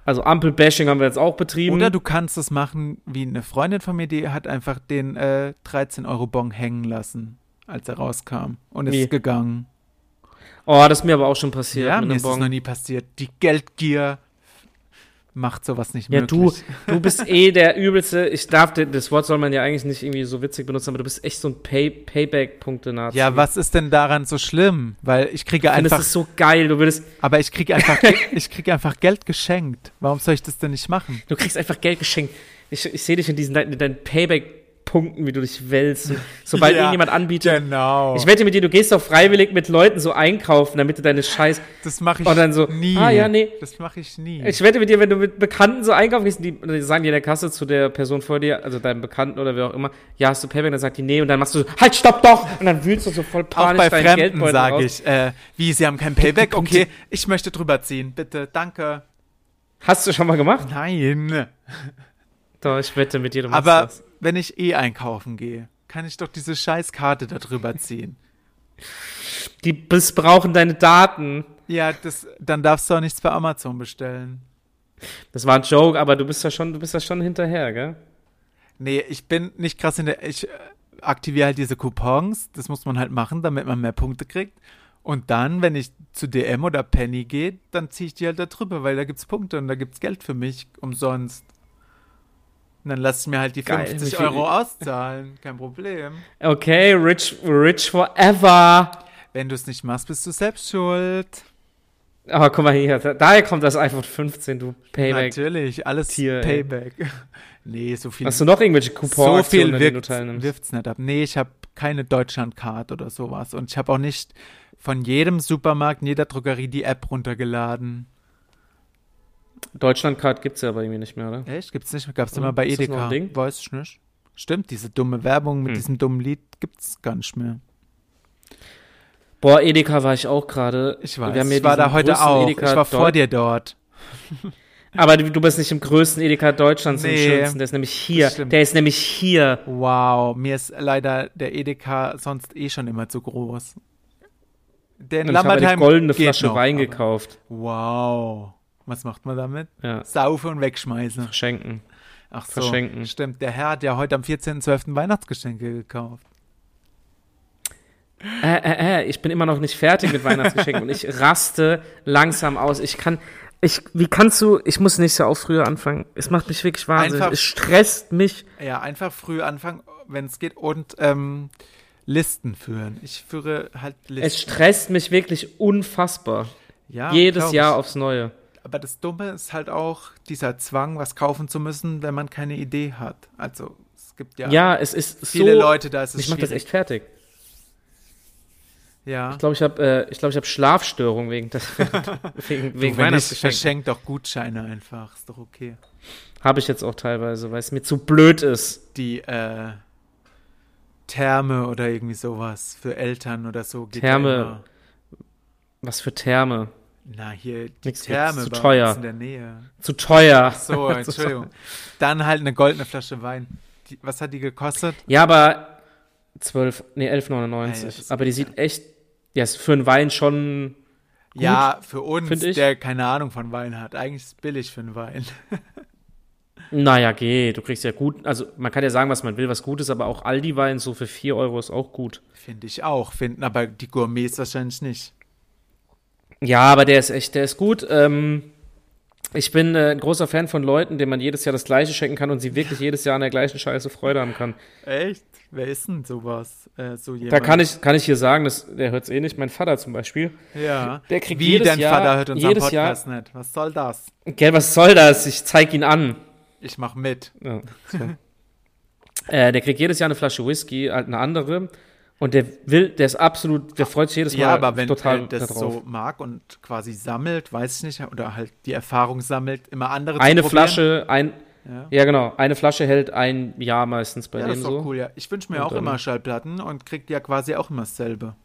[SPEAKER 1] Also Ampelbashing haben wir jetzt auch betrieben.
[SPEAKER 2] Oder du kannst es machen, wie eine Freundin von mir, die hat einfach den äh, 13-Euro-Bon hängen lassen, als er rauskam. Und ist
[SPEAKER 1] Wie?
[SPEAKER 2] gegangen.
[SPEAKER 1] oh, das ist mir aber auch schon passiert.
[SPEAKER 2] ja,
[SPEAKER 1] mit
[SPEAKER 2] mir
[SPEAKER 1] einem
[SPEAKER 2] ist es
[SPEAKER 1] Bon.
[SPEAKER 2] noch nie passiert. Die Geldgier macht sowas nicht
[SPEAKER 1] Ja, du,
[SPEAKER 2] möglich.
[SPEAKER 1] du bist eh der übelste. Ich darf dir, das Wort soll man ja eigentlich nicht irgendwie so witzig benutzen, aber du bist echt so ein Pay, Payback-Punkte-Nazi.
[SPEAKER 2] Ja, was ist denn daran so schlimm? Weil ich kriege
[SPEAKER 1] Ich finde, das
[SPEAKER 2] einfach,
[SPEAKER 1] ist so geil. Du würdest,
[SPEAKER 2] aber ich kriege einfach, Ge- [LAUGHS] ich kriege einfach Geld geschenkt. Warum soll ich das denn nicht machen?
[SPEAKER 1] du kriegst einfach Geld geschenkt. Ich, ich sehe dich in diesen in deinen Payback-Punkten, wie du dich wälzt. Und Sobald
[SPEAKER 2] [LAUGHS] Ja,
[SPEAKER 1] irgendjemand anbietet.
[SPEAKER 2] Genau.
[SPEAKER 1] Ich wette mit dir, du gehst doch freiwillig mit Leuten so einkaufen, damit du deine Scheiß.
[SPEAKER 2] das mache ich
[SPEAKER 1] Und dann so,
[SPEAKER 2] nie.
[SPEAKER 1] ah, ja, nee.
[SPEAKER 2] Das mache ich nie.
[SPEAKER 1] Ich wette mit dir, wenn du mit Bekannten so einkaufen gehst, die, die sagen dir in der Kasse zu der Person vor dir, also deinem Bekannten oder wer auch immer, ja, hast du Payback? Dann sagt die nee und dann machst du so, halt, stopp doch! Und dann wühlst du so voll
[SPEAKER 2] auch
[SPEAKER 1] panisch
[SPEAKER 2] bei
[SPEAKER 1] deinen
[SPEAKER 2] Fremden
[SPEAKER 1] Geldbeutel raus.
[SPEAKER 2] sage ich, äh, wie, sie haben kein Payback?
[SPEAKER 1] Punkte.
[SPEAKER 2] Okay, ich möchte drüber ziehen. Bitte, danke.
[SPEAKER 1] Hast du schon mal gemacht?
[SPEAKER 2] Nein.
[SPEAKER 1] Doch, ich wette mit dir, du machst
[SPEAKER 2] Aber
[SPEAKER 1] das.
[SPEAKER 2] wenn ich eh einkaufen gehe, kann ich doch diese Scheißkarte da drüber ziehen.
[SPEAKER 1] Die missbrauchen deine Daten.
[SPEAKER 2] [LAUGHS] Ja, das, dann darfst du auch nichts bei Amazon bestellen.
[SPEAKER 1] Das war ein Joke, aber du bist ja schon, du bist ja schon hinterher, gell?
[SPEAKER 2] Nee, ich bin nicht krass in der. Ich äh, aktiviere halt diese Coupons. Das muss man halt machen, damit man mehr Punkte kriegt. Und dann, wenn ich zu DM oder Penny gehe, dann ziehe ich die halt da drüber, weil da gibt's Punkte und da gibt's Geld für mich umsonst. Und dann lass ich mir halt die
[SPEAKER 1] Geil,
[SPEAKER 2] 50
[SPEAKER 1] wie viel-
[SPEAKER 2] Euro auszahlen. Kein Problem.
[SPEAKER 1] Okay, rich, rich forever.
[SPEAKER 2] Wenn du es nicht machst, bist du selbst schuld.
[SPEAKER 1] Aber Oh, guck mal hier, da, daher kommt das iPhone 15, du Payback.
[SPEAKER 2] Natürlich, alles
[SPEAKER 1] Tier, ey.
[SPEAKER 2] Payback. [LAUGHS] Nee, so viel.
[SPEAKER 1] Hast du noch irgendwelche Coupon,
[SPEAKER 2] so viel
[SPEAKER 1] an denen du
[SPEAKER 2] wirkt
[SPEAKER 1] teilnimmst?
[SPEAKER 2] wirft's nicht ab. Nee, ich habe keine Deutschlandcard oder sowas. Und ich habe auch nicht von jedem Supermarkt, in jeder Drogerie die App runtergeladen.
[SPEAKER 1] Deutschlandcard gibt's ja aber irgendwie nicht mehr, oder?
[SPEAKER 2] Echt? Gibt's nicht? Gab's
[SPEAKER 1] Oder?
[SPEAKER 2] immer bei
[SPEAKER 1] Ist das noch
[SPEAKER 2] Edeka.
[SPEAKER 1] ein Ding?
[SPEAKER 2] Weiß ich nicht. Stimmt, diese dumme Werbung mit
[SPEAKER 1] Hm.
[SPEAKER 2] diesem dummen Lied gibt's gar nicht mehr.
[SPEAKER 1] Boah, Edeka war ich auch gerade.
[SPEAKER 2] Ich weiß.
[SPEAKER 1] Wir haben ja
[SPEAKER 2] ich war da
[SPEAKER 1] diesen
[SPEAKER 2] heute
[SPEAKER 1] größten
[SPEAKER 2] auch.
[SPEAKER 1] Edeka
[SPEAKER 2] ich war vor
[SPEAKER 1] Deu-
[SPEAKER 2] dir dort.
[SPEAKER 1] Aber du, du bist nicht im größten Edeka Deutschlands, im
[SPEAKER 2] Nee.
[SPEAKER 1] schönsten. Der ist nämlich hier.
[SPEAKER 2] Das stimmt.
[SPEAKER 1] Der ist nämlich hier.
[SPEAKER 2] Wow, mir ist leider der Edeka sonst eh schon immer zu groß. Den
[SPEAKER 1] Und ich habe eine
[SPEAKER 2] Lammertheim
[SPEAKER 1] goldene
[SPEAKER 2] geht
[SPEAKER 1] Flasche
[SPEAKER 2] noch,
[SPEAKER 1] Wein
[SPEAKER 2] aber-
[SPEAKER 1] gekauft.
[SPEAKER 2] Wow. Was macht man damit?
[SPEAKER 1] Ja,
[SPEAKER 2] Saufen und wegschmeißen.
[SPEAKER 1] verschenken.
[SPEAKER 2] Ach so,
[SPEAKER 1] verschenken.
[SPEAKER 2] stimmt. Der Herr hat ja heute am 14.12. Weihnachtsgeschenke gekauft.
[SPEAKER 1] Äh, äh, äh, ich bin immer noch nicht fertig mit Weihnachtsgeschenken und ich raste langsam aus. Ich kann, ich, wie kannst du, ich muss nicht so auch früher anfangen. Es macht mich wirklich wahnsinnig.
[SPEAKER 2] Einfach-
[SPEAKER 1] Es stresst mich.
[SPEAKER 2] Ja, einfach früh anfangen, wenn es geht, und ähm, Listen führen. Ich führe halt
[SPEAKER 1] Es
[SPEAKER 2] Listen.
[SPEAKER 1] stresst mich wirklich unfassbar.
[SPEAKER 2] ja, glaub
[SPEAKER 1] Jedes
[SPEAKER 2] ich.
[SPEAKER 1] Jahr aufs Neue.
[SPEAKER 2] Aber das Dumme ist halt auch dieser Zwang, was kaufen zu müssen, wenn man keine Idee hat. Also es gibt ja,
[SPEAKER 1] Ja, es ist
[SPEAKER 2] viele
[SPEAKER 1] so.
[SPEAKER 2] Leute, da ist es
[SPEAKER 1] ich mach das
[SPEAKER 2] schwierig.
[SPEAKER 1] echt fertig.
[SPEAKER 2] Ja.
[SPEAKER 1] Ich glaube, ich habe äh, ich glaub, ich hab Schlafstörungen [LAUGHS] wegen, des, wegen, wegen
[SPEAKER 2] Du, wenn nicht,
[SPEAKER 1] Weihnachtsgeschenken.
[SPEAKER 2] verschenk doch Gutscheine einfach. Ist doch okay.
[SPEAKER 1] Habe ich jetzt auch teilweise, weil es mir zu blöd ist.
[SPEAKER 2] Die äh, Therme oder irgendwie sowas für Eltern oder so. Geht ja
[SPEAKER 1] Therme.
[SPEAKER 2] immer.
[SPEAKER 1] Was für Therme.
[SPEAKER 2] Na, hier die
[SPEAKER 1] Nix gibt's,
[SPEAKER 2] Therme
[SPEAKER 1] zu
[SPEAKER 2] bei
[SPEAKER 1] teuer.
[SPEAKER 2] uns in
[SPEAKER 1] [LAUGHS]
[SPEAKER 2] der Nähe.
[SPEAKER 1] Zu teuer. [LAUGHS]
[SPEAKER 2] So, Entschuldigung. Dann halt eine goldene Flasche Wein. Die, was hat die gekostet?
[SPEAKER 1] Ja, aber 12, nee,
[SPEAKER 2] Ja, ja, das
[SPEAKER 1] 11,99.
[SPEAKER 2] ist
[SPEAKER 1] aber die sieht echt, ja, ist für einen Wein schon,
[SPEAKER 2] ja, für uns,
[SPEAKER 1] find ich.
[SPEAKER 2] der keine Ahnung von Wein hat. Eigentlich ist es billig für einen Wein. [LAUGHS]
[SPEAKER 1] naja, geht. Du kriegst ja gut, also man kann ja sagen, was man will, was gut ist, aber auch Aldi-Wein so für 4 Euro ist auch gut.
[SPEAKER 2] Finde ich auch. Finden aber die Gourmets wahrscheinlich nicht.
[SPEAKER 1] Ja, aber der ist echt, der ist gut. Ähm, ich bin äh, ein großer Fan von Leuten, denen man jedes Jahr das Gleiche schenken kann und sie wirklich jedes Jahr an der gleichen Scheiße Freude haben kann.
[SPEAKER 2] Echt? Wer ist denn sowas? Äh, so jemand?
[SPEAKER 1] Da kann ich, kann ich hier sagen, das, der hört es eh nicht, mein Vater zum Beispiel.
[SPEAKER 2] Ja.
[SPEAKER 1] der kriegt
[SPEAKER 2] Wie
[SPEAKER 1] jedes
[SPEAKER 2] dein
[SPEAKER 1] Jahr-
[SPEAKER 2] Vater hört unseren
[SPEAKER 1] jedes Jahr-
[SPEAKER 2] Podcast nicht. Was soll das?
[SPEAKER 1] Gell, was soll das? Ich zeig ihn an.
[SPEAKER 2] Ich mach mit.
[SPEAKER 1] Ja,
[SPEAKER 2] [LAUGHS]
[SPEAKER 1] so. äh, der kriegt jedes Jahr eine Flasche Whisky, halt eine andere. Und der will, der ist absolut, der freut sich jedes Mal
[SPEAKER 2] Ja, aber wenn
[SPEAKER 1] total
[SPEAKER 2] er das
[SPEAKER 1] darauf.
[SPEAKER 2] so mag und quasi sammelt, weiß ich nicht, oder halt die Erfahrung sammelt, immer andere zu
[SPEAKER 1] eine
[SPEAKER 2] probieren.
[SPEAKER 1] Flasche, ein, Ja. ja, genau. Eine Flasche hält ein Jahr meistens bei
[SPEAKER 2] ja,
[SPEAKER 1] denen
[SPEAKER 2] das ist doch
[SPEAKER 1] so.
[SPEAKER 2] cool, ja. Ich wünsche mir
[SPEAKER 1] Und,
[SPEAKER 2] auch immer
[SPEAKER 1] ähm,
[SPEAKER 2] Schallplatten und kriegt ja quasi auch immer dasselbe.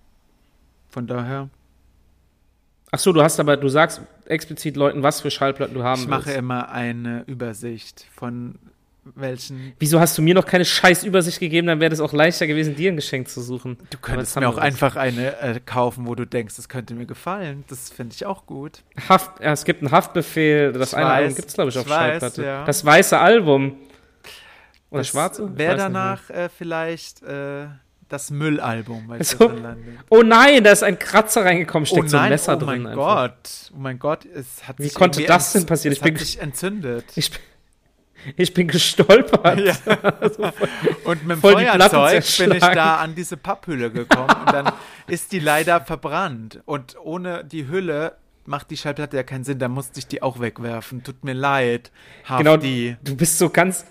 [SPEAKER 2] Von daher,
[SPEAKER 1] Ach so, du hast aber, du sagst explizit Leuten, was für Schallplatten du haben
[SPEAKER 2] ich mache
[SPEAKER 1] willst.
[SPEAKER 2] immer eine Übersicht von welchen.
[SPEAKER 1] Wieso hast du mir noch keine scheiß Übersicht gegeben? Dann wäre es auch leichter gewesen, dir ein Geschenk zu suchen.
[SPEAKER 2] Du
[SPEAKER 1] Aber jetzt
[SPEAKER 2] könntest
[SPEAKER 1] haben
[SPEAKER 2] mir auch
[SPEAKER 1] wir das.
[SPEAKER 2] einfach eine äh, kaufen, wo du denkst, das könnte mir gefallen. Das finde ich auch gut.
[SPEAKER 1] Haft, ja, es gibt einen Haftbefehl, das
[SPEAKER 2] Ich
[SPEAKER 1] eine Album
[SPEAKER 2] weiß,
[SPEAKER 1] gibt es, glaube ich,
[SPEAKER 2] ich
[SPEAKER 1] auf
[SPEAKER 2] weiß,
[SPEAKER 1] Schallplatte.
[SPEAKER 2] ja.
[SPEAKER 1] Das weiße Album. Oder
[SPEAKER 2] Das
[SPEAKER 1] schwarze? Ich
[SPEAKER 2] Wäre
[SPEAKER 1] weiß nicht mehr.
[SPEAKER 2] danach äh, vielleicht äh, das Müllalbum, weil
[SPEAKER 1] Also,
[SPEAKER 2] ich das landet.
[SPEAKER 1] Oh nein, da ist ein Kratzer reingekommen,
[SPEAKER 2] Oh
[SPEAKER 1] steckt so ein
[SPEAKER 2] nein,
[SPEAKER 1] Messer
[SPEAKER 2] oh mein
[SPEAKER 1] drin. einfach.
[SPEAKER 2] Gott. Oh mein Gott, es hat
[SPEAKER 1] Wie
[SPEAKER 2] sich
[SPEAKER 1] konnte
[SPEAKER 2] irgendwie
[SPEAKER 1] das denn
[SPEAKER 2] entzündet.
[SPEAKER 1] passieren?
[SPEAKER 2] Es
[SPEAKER 1] Ich bin
[SPEAKER 2] hat sich entzündet.
[SPEAKER 1] Ich, bin- ich bin gestolpert.
[SPEAKER 2] Ja. Und mit dem
[SPEAKER 1] Voll die Platten
[SPEAKER 2] Feuerzeug bin ich
[SPEAKER 1] zerschlagen.
[SPEAKER 2] da an diese Papphülle gekommen und dann ist die leider verbrannt. Und ohne die Hülle macht die Schallplatte ja keinen Sinn, da musste ich die auch wegwerfen. Tut mir leid.
[SPEAKER 1] Genau,
[SPEAKER 2] Hafti.
[SPEAKER 1] du bist so ganz,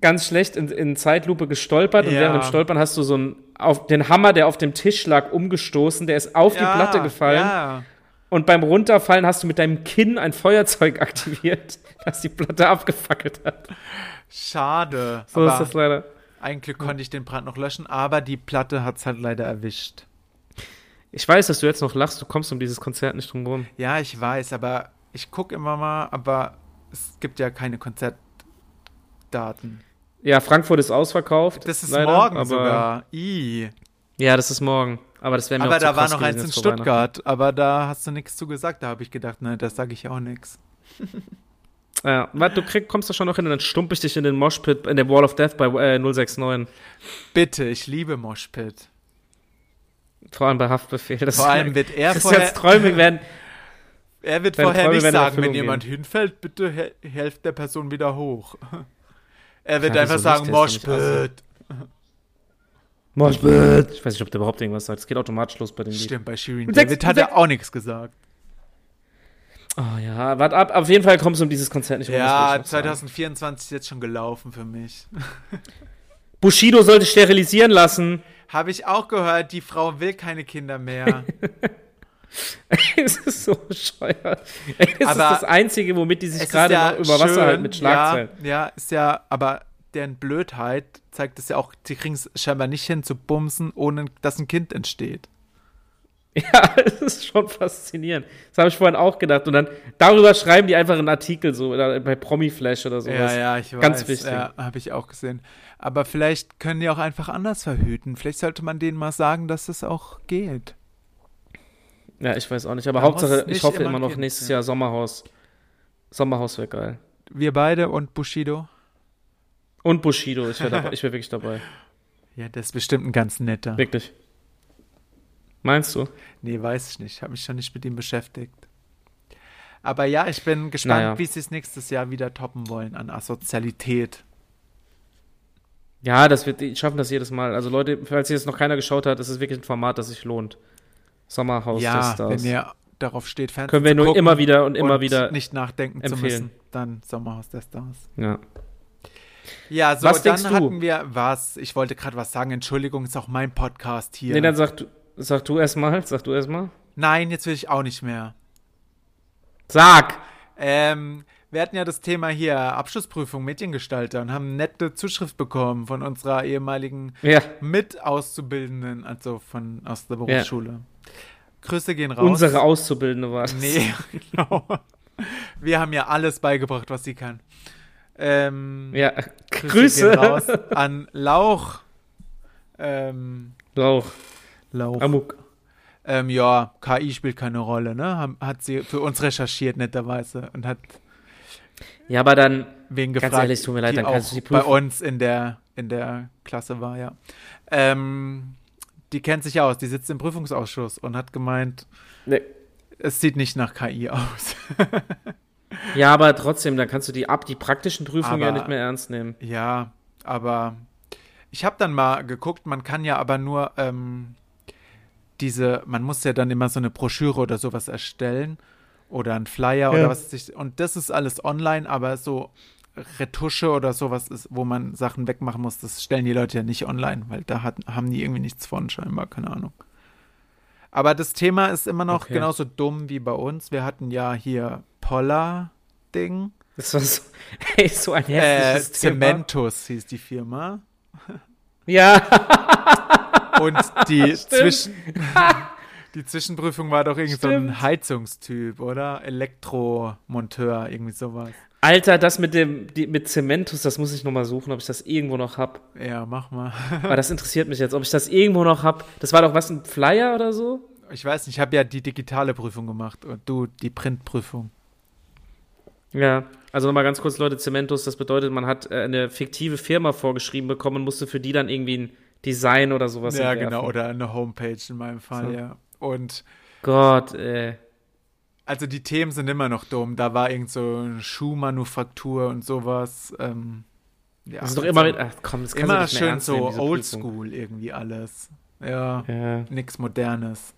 [SPEAKER 1] ganz schlecht in, in Zeitlupe gestolpert und
[SPEAKER 2] Ja.
[SPEAKER 1] während dem Stolpern hast du so einen, auf den Hammer, der auf dem Tisch lag, umgestoßen, der ist auf die Platte gefallen
[SPEAKER 2] Ja.
[SPEAKER 1] und beim Runterfallen hast du mit deinem Kinn ein Feuerzeug [LAUGHS] aktiviert, das die Platte abgefackelt hat.
[SPEAKER 2] Schade.
[SPEAKER 1] So ist
[SPEAKER 2] aber
[SPEAKER 1] das leider.
[SPEAKER 2] eigentlich konnte ich den Brand noch löschen, aber die Platte hat es halt leider erwischt.
[SPEAKER 1] Ich weiß, dass du jetzt noch lachst, du kommst um dieses Konzert nicht drum rum.
[SPEAKER 2] Ja, ich weiß, aber ich gucke immer mal, aber es gibt ja keine Konzertdaten.
[SPEAKER 1] Ja, Frankfurt ist ausverkauft.
[SPEAKER 2] Das ist
[SPEAKER 1] leider,
[SPEAKER 2] morgen
[SPEAKER 1] aber,
[SPEAKER 2] sogar. I.
[SPEAKER 1] Ja, das ist morgen. Aber das wäre mir
[SPEAKER 2] Aber
[SPEAKER 1] auch zu
[SPEAKER 2] da war
[SPEAKER 1] krass
[SPEAKER 2] noch
[SPEAKER 1] gewesen
[SPEAKER 2] eins in
[SPEAKER 1] jetzt vor Weihnachten.
[SPEAKER 2] Stuttgart, aber da hast du nichts zu gesagt. Da habe ich gedacht, ne, das sage ich auch nichts.
[SPEAKER 1] Ja, warte, du krieg, kommst da schon noch hin und dann stumpf ich dich in den Moshpit, in der Wall of Death bei äh, 069.
[SPEAKER 2] Bitte, ich liebe Moshpit.
[SPEAKER 1] Vor allem bei Haftbefehl. Das [LAUGHS]
[SPEAKER 2] Vor allem wird er vorher,
[SPEAKER 1] Christians Träume
[SPEAKER 2] [LAUGHS]
[SPEAKER 1] werden.
[SPEAKER 2] er wird
[SPEAKER 1] seine
[SPEAKER 2] vorher
[SPEAKER 1] Träume
[SPEAKER 2] nicht
[SPEAKER 1] werden in
[SPEAKER 2] sagen, wenn
[SPEAKER 1] Erfüllung
[SPEAKER 2] jemand hinfällt, bitte he helft der Person wieder hoch. [LAUGHS] Er wird
[SPEAKER 1] Ja,
[SPEAKER 2] einfach
[SPEAKER 1] wieso
[SPEAKER 2] sagen,
[SPEAKER 1] lacht ihr jetzt doch nicht
[SPEAKER 2] Moshpit.
[SPEAKER 1] Moshpit. Ich weiß nicht, ob der überhaupt irgendwas sagt. Es geht automatisch los bei dem Lied.
[SPEAKER 2] Stimmt, bei Shirin
[SPEAKER 1] Mit sechs-
[SPEAKER 2] David hat
[SPEAKER 1] mit
[SPEAKER 2] er auch nichts gesagt.
[SPEAKER 1] Oh ja, warte ab. Auf jeden Fall kommst du um dieses Konzert nicht rum. das will ich
[SPEAKER 2] Ja,
[SPEAKER 1] noch sagen.
[SPEAKER 2] 2024 ist jetzt schon gelaufen für mich.
[SPEAKER 1] Bushido sollte sterilisieren lassen. [LAUGHS]
[SPEAKER 2] Habe ich auch gehört, die Frau will keine
[SPEAKER 1] [LAUGHS]
[SPEAKER 2] Kinder mehr.
[SPEAKER 1] es ist so bescheuert. Ey, Das
[SPEAKER 2] Aber
[SPEAKER 1] ist das Einzige, womit die sich
[SPEAKER 2] es
[SPEAKER 1] gerade
[SPEAKER 2] ist ja
[SPEAKER 1] noch über Wasser
[SPEAKER 2] schön,
[SPEAKER 1] halten mit Schlagzeilen.
[SPEAKER 2] Ja, ja, ist ja, aber deren Blödheit zeigt es ja auch, die kriegen es scheinbar nicht hin zu bumsen, ohne dass ein Kind entsteht.
[SPEAKER 1] [LAUGHS] Ja, es ist schon faszinierend. Das habe ich vorhin auch gedacht. Und dann darüber schreiben die einfach einen Artikel, so oder bei Promiflash oder sowas.
[SPEAKER 2] ja, ich weiß.
[SPEAKER 1] Ganz wichtig.
[SPEAKER 2] Ja, habe ich auch gesehen. Aber vielleicht können die auch einfach anders verhüten. Vielleicht sollte man denen mal sagen, dass es auch geht.
[SPEAKER 1] Ja, ich weiß auch nicht. Aber
[SPEAKER 2] Man
[SPEAKER 1] Hauptsache,
[SPEAKER 2] muss
[SPEAKER 1] ich
[SPEAKER 2] nicht
[SPEAKER 1] hoffe
[SPEAKER 2] immer
[SPEAKER 1] immer
[SPEAKER 2] ein
[SPEAKER 1] noch
[SPEAKER 2] Kind
[SPEAKER 1] nächstes
[SPEAKER 2] sein.
[SPEAKER 1] Jahr Sommerhaus. Sommerhaus wäre geil.
[SPEAKER 2] Wir beide und Bushido.
[SPEAKER 1] Und Bushido, ich wäre wär wirklich
[SPEAKER 2] [LAUGHS]
[SPEAKER 1] dabei.
[SPEAKER 2] Ja, das ist bestimmt ein ganz netter.
[SPEAKER 1] Wirklich. Meinst du?
[SPEAKER 2] Nee, weiß ich nicht. Habe mich schon nicht mit ihm beschäftigt. Aber ja, ich bin gespannt,
[SPEAKER 1] Naja.
[SPEAKER 2] wie sie es nächstes Jahr wieder toppen wollen an Asozialität.
[SPEAKER 1] Ja, das wird, die schaffen das jedes Mal. Also Leute, falls jetzt noch keiner geschaut hat, das ist wirklich ein Format, das sich lohnt. Sommerhaus
[SPEAKER 2] Ja,
[SPEAKER 1] der Stars.
[SPEAKER 2] wenn ihr darauf steht, Fernsehen
[SPEAKER 1] Können wir
[SPEAKER 2] zu
[SPEAKER 1] nur
[SPEAKER 2] gucken
[SPEAKER 1] immer wieder und immer
[SPEAKER 2] und
[SPEAKER 1] wieder
[SPEAKER 2] nicht nachdenken zu
[SPEAKER 1] empfehlen.
[SPEAKER 2] müssen, dann Sommerhaus der Stars.
[SPEAKER 1] ja.
[SPEAKER 2] Ja, so
[SPEAKER 1] Was
[SPEAKER 2] dann
[SPEAKER 1] denkst du?
[SPEAKER 2] hatten wir was. Ich wollte gerade was sagen. Entschuldigung, ist auch mein Podcast hier.
[SPEAKER 1] Nee, dann sag, du- sag du erstmal, sag du erstmal.
[SPEAKER 2] Nein, jetzt will ich auch nicht mehr.
[SPEAKER 1] Sag!
[SPEAKER 2] Ähm, wir hatten ja das Thema hier Abschlussprüfung Mediengestalter und haben nette Zuschrift bekommen von unserer ehemaligen
[SPEAKER 1] Ja.
[SPEAKER 2] Mitauszubildenden, also von aus der Berufsschule. Grüße gehen raus.
[SPEAKER 1] Unsere Auszubildende war das.
[SPEAKER 2] Nee, [LAUGHS] genau. Wir haben ja alles beigebracht, was sie kann. Ähm,
[SPEAKER 1] Ja.
[SPEAKER 2] Grüße.
[SPEAKER 1] Grüße.
[SPEAKER 2] Gehen raus an Lauch. Ähm,
[SPEAKER 1] Lauch.
[SPEAKER 2] Lauch.
[SPEAKER 1] Amok.
[SPEAKER 2] Ähm, ja, KI spielt keine Rolle, ne? Ham- Hat sie für uns recherchiert, netterweise. Und hat
[SPEAKER 1] Ja, aber dann,
[SPEAKER 2] wen
[SPEAKER 1] Ganz
[SPEAKER 2] gefragt.
[SPEAKER 1] ehrlich, tut mir leid,
[SPEAKER 2] die
[SPEAKER 1] dann kannst du
[SPEAKER 2] auch
[SPEAKER 1] die
[SPEAKER 2] bei
[SPEAKER 1] prüfen.
[SPEAKER 2] uns in der, in der Klasse war, ja. Ähm, die kennt sich aus, die sitzt im Prüfungsausschuss und hat gemeint,
[SPEAKER 1] nee.
[SPEAKER 2] es sieht nicht nach KI aus.
[SPEAKER 1] Ja, aber trotzdem, dann kannst du die ab die praktischen Prüfungen ja
[SPEAKER 2] Aber-
[SPEAKER 1] nicht mehr ernst nehmen.
[SPEAKER 2] Ja, aber ich habe dann mal geguckt, man kann ja aber nur ähm, diese, man muss ja dann immer so eine Broschüre oder sowas erstellen oder einen Flyer oder was sich, und das ist alles online, aber so Retusche oder sowas ist, wo man Sachen wegmachen muss, das stellen die Leute ja nicht online, weil da hat, haben die irgendwie nichts von, scheinbar, keine Ahnung. Aber das Thema ist immer noch
[SPEAKER 1] Okay.
[SPEAKER 2] genauso dumm wie bei uns. Wir hatten ja hier Poller-Ding.
[SPEAKER 1] Das war so, [LAUGHS] ey, so ein hässliches
[SPEAKER 2] äh,
[SPEAKER 1] Thema.
[SPEAKER 2] Cementus hieß die Firma.
[SPEAKER 1] Ja,
[SPEAKER 2] Und
[SPEAKER 1] [LAUGHS]
[SPEAKER 2] die,
[SPEAKER 1] Stimmt.
[SPEAKER 2] Zwischen die Zwischenprüfung war doch irgend so
[SPEAKER 1] Stimmt.
[SPEAKER 2] ein Heizungstyp, oder? Elektromonteur, irgendwie sowas.
[SPEAKER 1] Alter, das mit dem die, mit Cementus, das muss ich noch mal suchen, ob ich das irgendwo noch hab.
[SPEAKER 2] Ja, mach mal. [LAUGHS]
[SPEAKER 1] Aber das interessiert mich jetzt, ob ich das irgendwo noch hab. Das war doch was ein Flyer oder so?
[SPEAKER 2] Ich weiß nicht, ich habe ja die digitale Prüfung gemacht und du die Printprüfung.
[SPEAKER 1] Ja, also nochmal ganz kurz, Leute, Cementus, das bedeutet, man hat äh, eine fiktive Firma vorgeschrieben bekommen und musste für die dann irgendwie ein Design oder sowas
[SPEAKER 2] ja,
[SPEAKER 1] entwerfen.
[SPEAKER 2] genau, oder eine Homepage in meinem Fall,
[SPEAKER 1] So.
[SPEAKER 2] ja. Und
[SPEAKER 1] Gott, äh. ey.
[SPEAKER 2] also die Themen sind immer noch dumm. Da war irgend so eine Schuhmanufaktur und sowas. Ähm, ja,
[SPEAKER 1] das ist doch
[SPEAKER 2] also
[SPEAKER 1] immer mit, ach komm, das kannst du
[SPEAKER 2] immer
[SPEAKER 1] nicht mehr
[SPEAKER 2] schön
[SPEAKER 1] ernst
[SPEAKER 2] so
[SPEAKER 1] nehmen, diese Prüfung.
[SPEAKER 2] oldschool irgendwie alles. Ja,
[SPEAKER 1] Ja,
[SPEAKER 2] nix Modernes.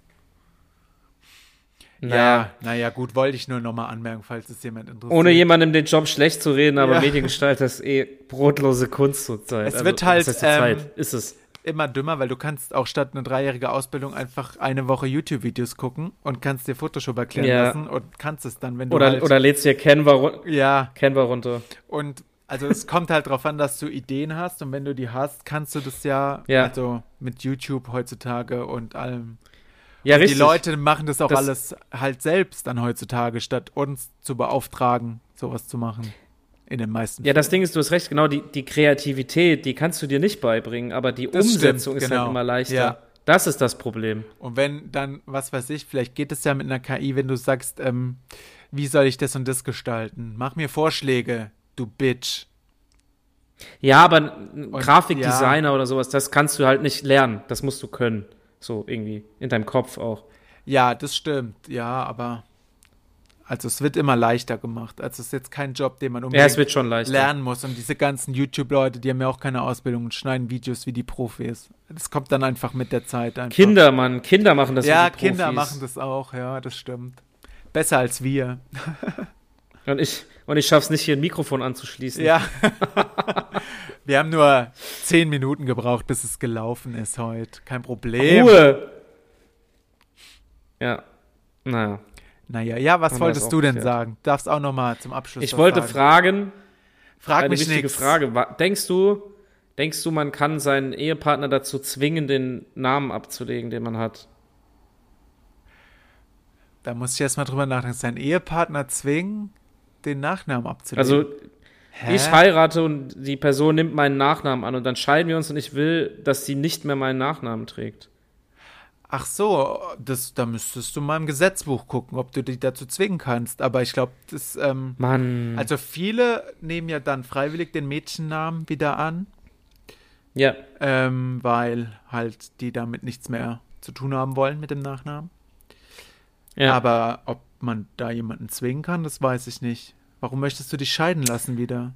[SPEAKER 1] naja.
[SPEAKER 2] Ja, naja, gut, wollte ich nur nochmal anmerken, falls es jemand interessiert.
[SPEAKER 1] Ohne jemandem den Job schlecht zu reden, aber
[SPEAKER 2] Ja.
[SPEAKER 1] Mediengestalter ist eh brotlose Kunst zurzeit.
[SPEAKER 2] Es wird halt,
[SPEAKER 1] Das heißt zur
[SPEAKER 2] ähm,
[SPEAKER 1] Zeit. Ist es.
[SPEAKER 2] immer dümmer, weil du kannst auch statt eine dreijährige Ausbildung einfach eine Woche YouTube-Videos gucken und kannst dir Photoshop erklären
[SPEAKER 1] Ja.
[SPEAKER 2] lassen und kannst es dann, wenn du
[SPEAKER 1] Oder,
[SPEAKER 2] halt,
[SPEAKER 1] oder lädst dir Canva, run-
[SPEAKER 2] ja
[SPEAKER 1] Canva runter.
[SPEAKER 2] und also es kommt halt drauf an, dass du Ideen hast und wenn du die hast, kannst du das ja,
[SPEAKER 1] Ja.
[SPEAKER 2] also mit YouTube heutzutage und allem.
[SPEAKER 1] Ja,
[SPEAKER 2] Die
[SPEAKER 1] richtig.
[SPEAKER 2] Leute machen das auch
[SPEAKER 1] Das-
[SPEAKER 2] alles halt selbst dann heutzutage, statt uns zu beauftragen, sowas zu machen. In den meisten
[SPEAKER 1] Ja, das Ding ist, du hast recht, genau, die, die Kreativität, die kannst du dir nicht beibringen, aber die
[SPEAKER 2] Das stimmt,
[SPEAKER 1] Umsetzung ist
[SPEAKER 2] genau.
[SPEAKER 1] halt immer leichter.
[SPEAKER 2] Ja.
[SPEAKER 1] Das ist das Problem.
[SPEAKER 2] Und wenn dann, was weiß ich, vielleicht geht es ja mit einer KI, wenn du sagst, ähm, wie soll ich das und das gestalten? Mach mir Vorschläge, du Bitch.
[SPEAKER 1] Ja, aber ein
[SPEAKER 2] Und-
[SPEAKER 1] Grafikdesigner oder sowas, das kannst du halt nicht lernen. Das musst du können. So irgendwie. In deinem Kopf auch.
[SPEAKER 2] Ja, das stimmt, ja, aber also es wird immer leichter gemacht. Also es ist jetzt kein Job, den man
[SPEAKER 1] Ja, es
[SPEAKER 2] unbedingt
[SPEAKER 1] wird schon leichter.
[SPEAKER 2] lernen muss. Und diese ganzen YouTube-Leute, die haben ja auch keine Ausbildung und schneiden Videos wie die Profis. Das kommt dann einfach mit der Zeit einfach.
[SPEAKER 1] Kinder, Mann, Kinder machen das.
[SPEAKER 2] Ja,
[SPEAKER 1] wie die Profis.
[SPEAKER 2] Kinder machen das auch, ja, das stimmt. Besser als wir.
[SPEAKER 1] Und ich, und ich schaff's nicht, hier ein Mikrofon anzuschließen.
[SPEAKER 2] Ja. [LAUGHS] Wir haben nur zehn Minuten gebraucht, bis es gelaufen ist heute. Kein Problem.
[SPEAKER 1] Ruhe! Ja. Naja.
[SPEAKER 2] Naja, ja,
[SPEAKER 1] Man
[SPEAKER 2] was
[SPEAKER 1] weiß
[SPEAKER 2] wolltest
[SPEAKER 1] auch
[SPEAKER 2] du denn
[SPEAKER 1] nicht, ja.
[SPEAKER 2] sagen? Darfst auch nochmal zum Abschluss
[SPEAKER 1] Ich
[SPEAKER 2] was
[SPEAKER 1] wollte
[SPEAKER 2] sagen.
[SPEAKER 1] fragen,
[SPEAKER 2] Frag
[SPEAKER 1] eine
[SPEAKER 2] mich
[SPEAKER 1] wichtige
[SPEAKER 2] nichts.
[SPEAKER 1] Frage. Wa- Denkst du, denkst du, man kann seinen Ehepartner dazu zwingen, den Namen abzulegen, den man hat?
[SPEAKER 2] Da muss ich erstmal drüber nachdenken. Sein Ehepartner zwingen, den Nachnamen abzulegen.
[SPEAKER 1] Also,
[SPEAKER 2] Hä?
[SPEAKER 1] ich halt- heirate und die Person nimmt meinen Nachnamen an und dann scheiden wir uns und ich will, dass sie nicht mehr meinen Nachnamen trägt.
[SPEAKER 2] Ach so, das, da müsstest du mal im Gesetzbuch gucken, ob du dich dazu zwingen kannst. Aber ich glaube, das. Ähm,
[SPEAKER 1] Mann.
[SPEAKER 2] also viele nehmen ja dann freiwillig den Mädchennamen wieder an.
[SPEAKER 1] Ja,
[SPEAKER 2] Ähm, weil halt die damit nichts mehr zu tun haben wollen mit dem Nachnamen.
[SPEAKER 1] ja.
[SPEAKER 2] Aber ob man da jemanden zwingen kann, das weiß ich nicht. Warum möchtest du dich scheiden lassen wieder?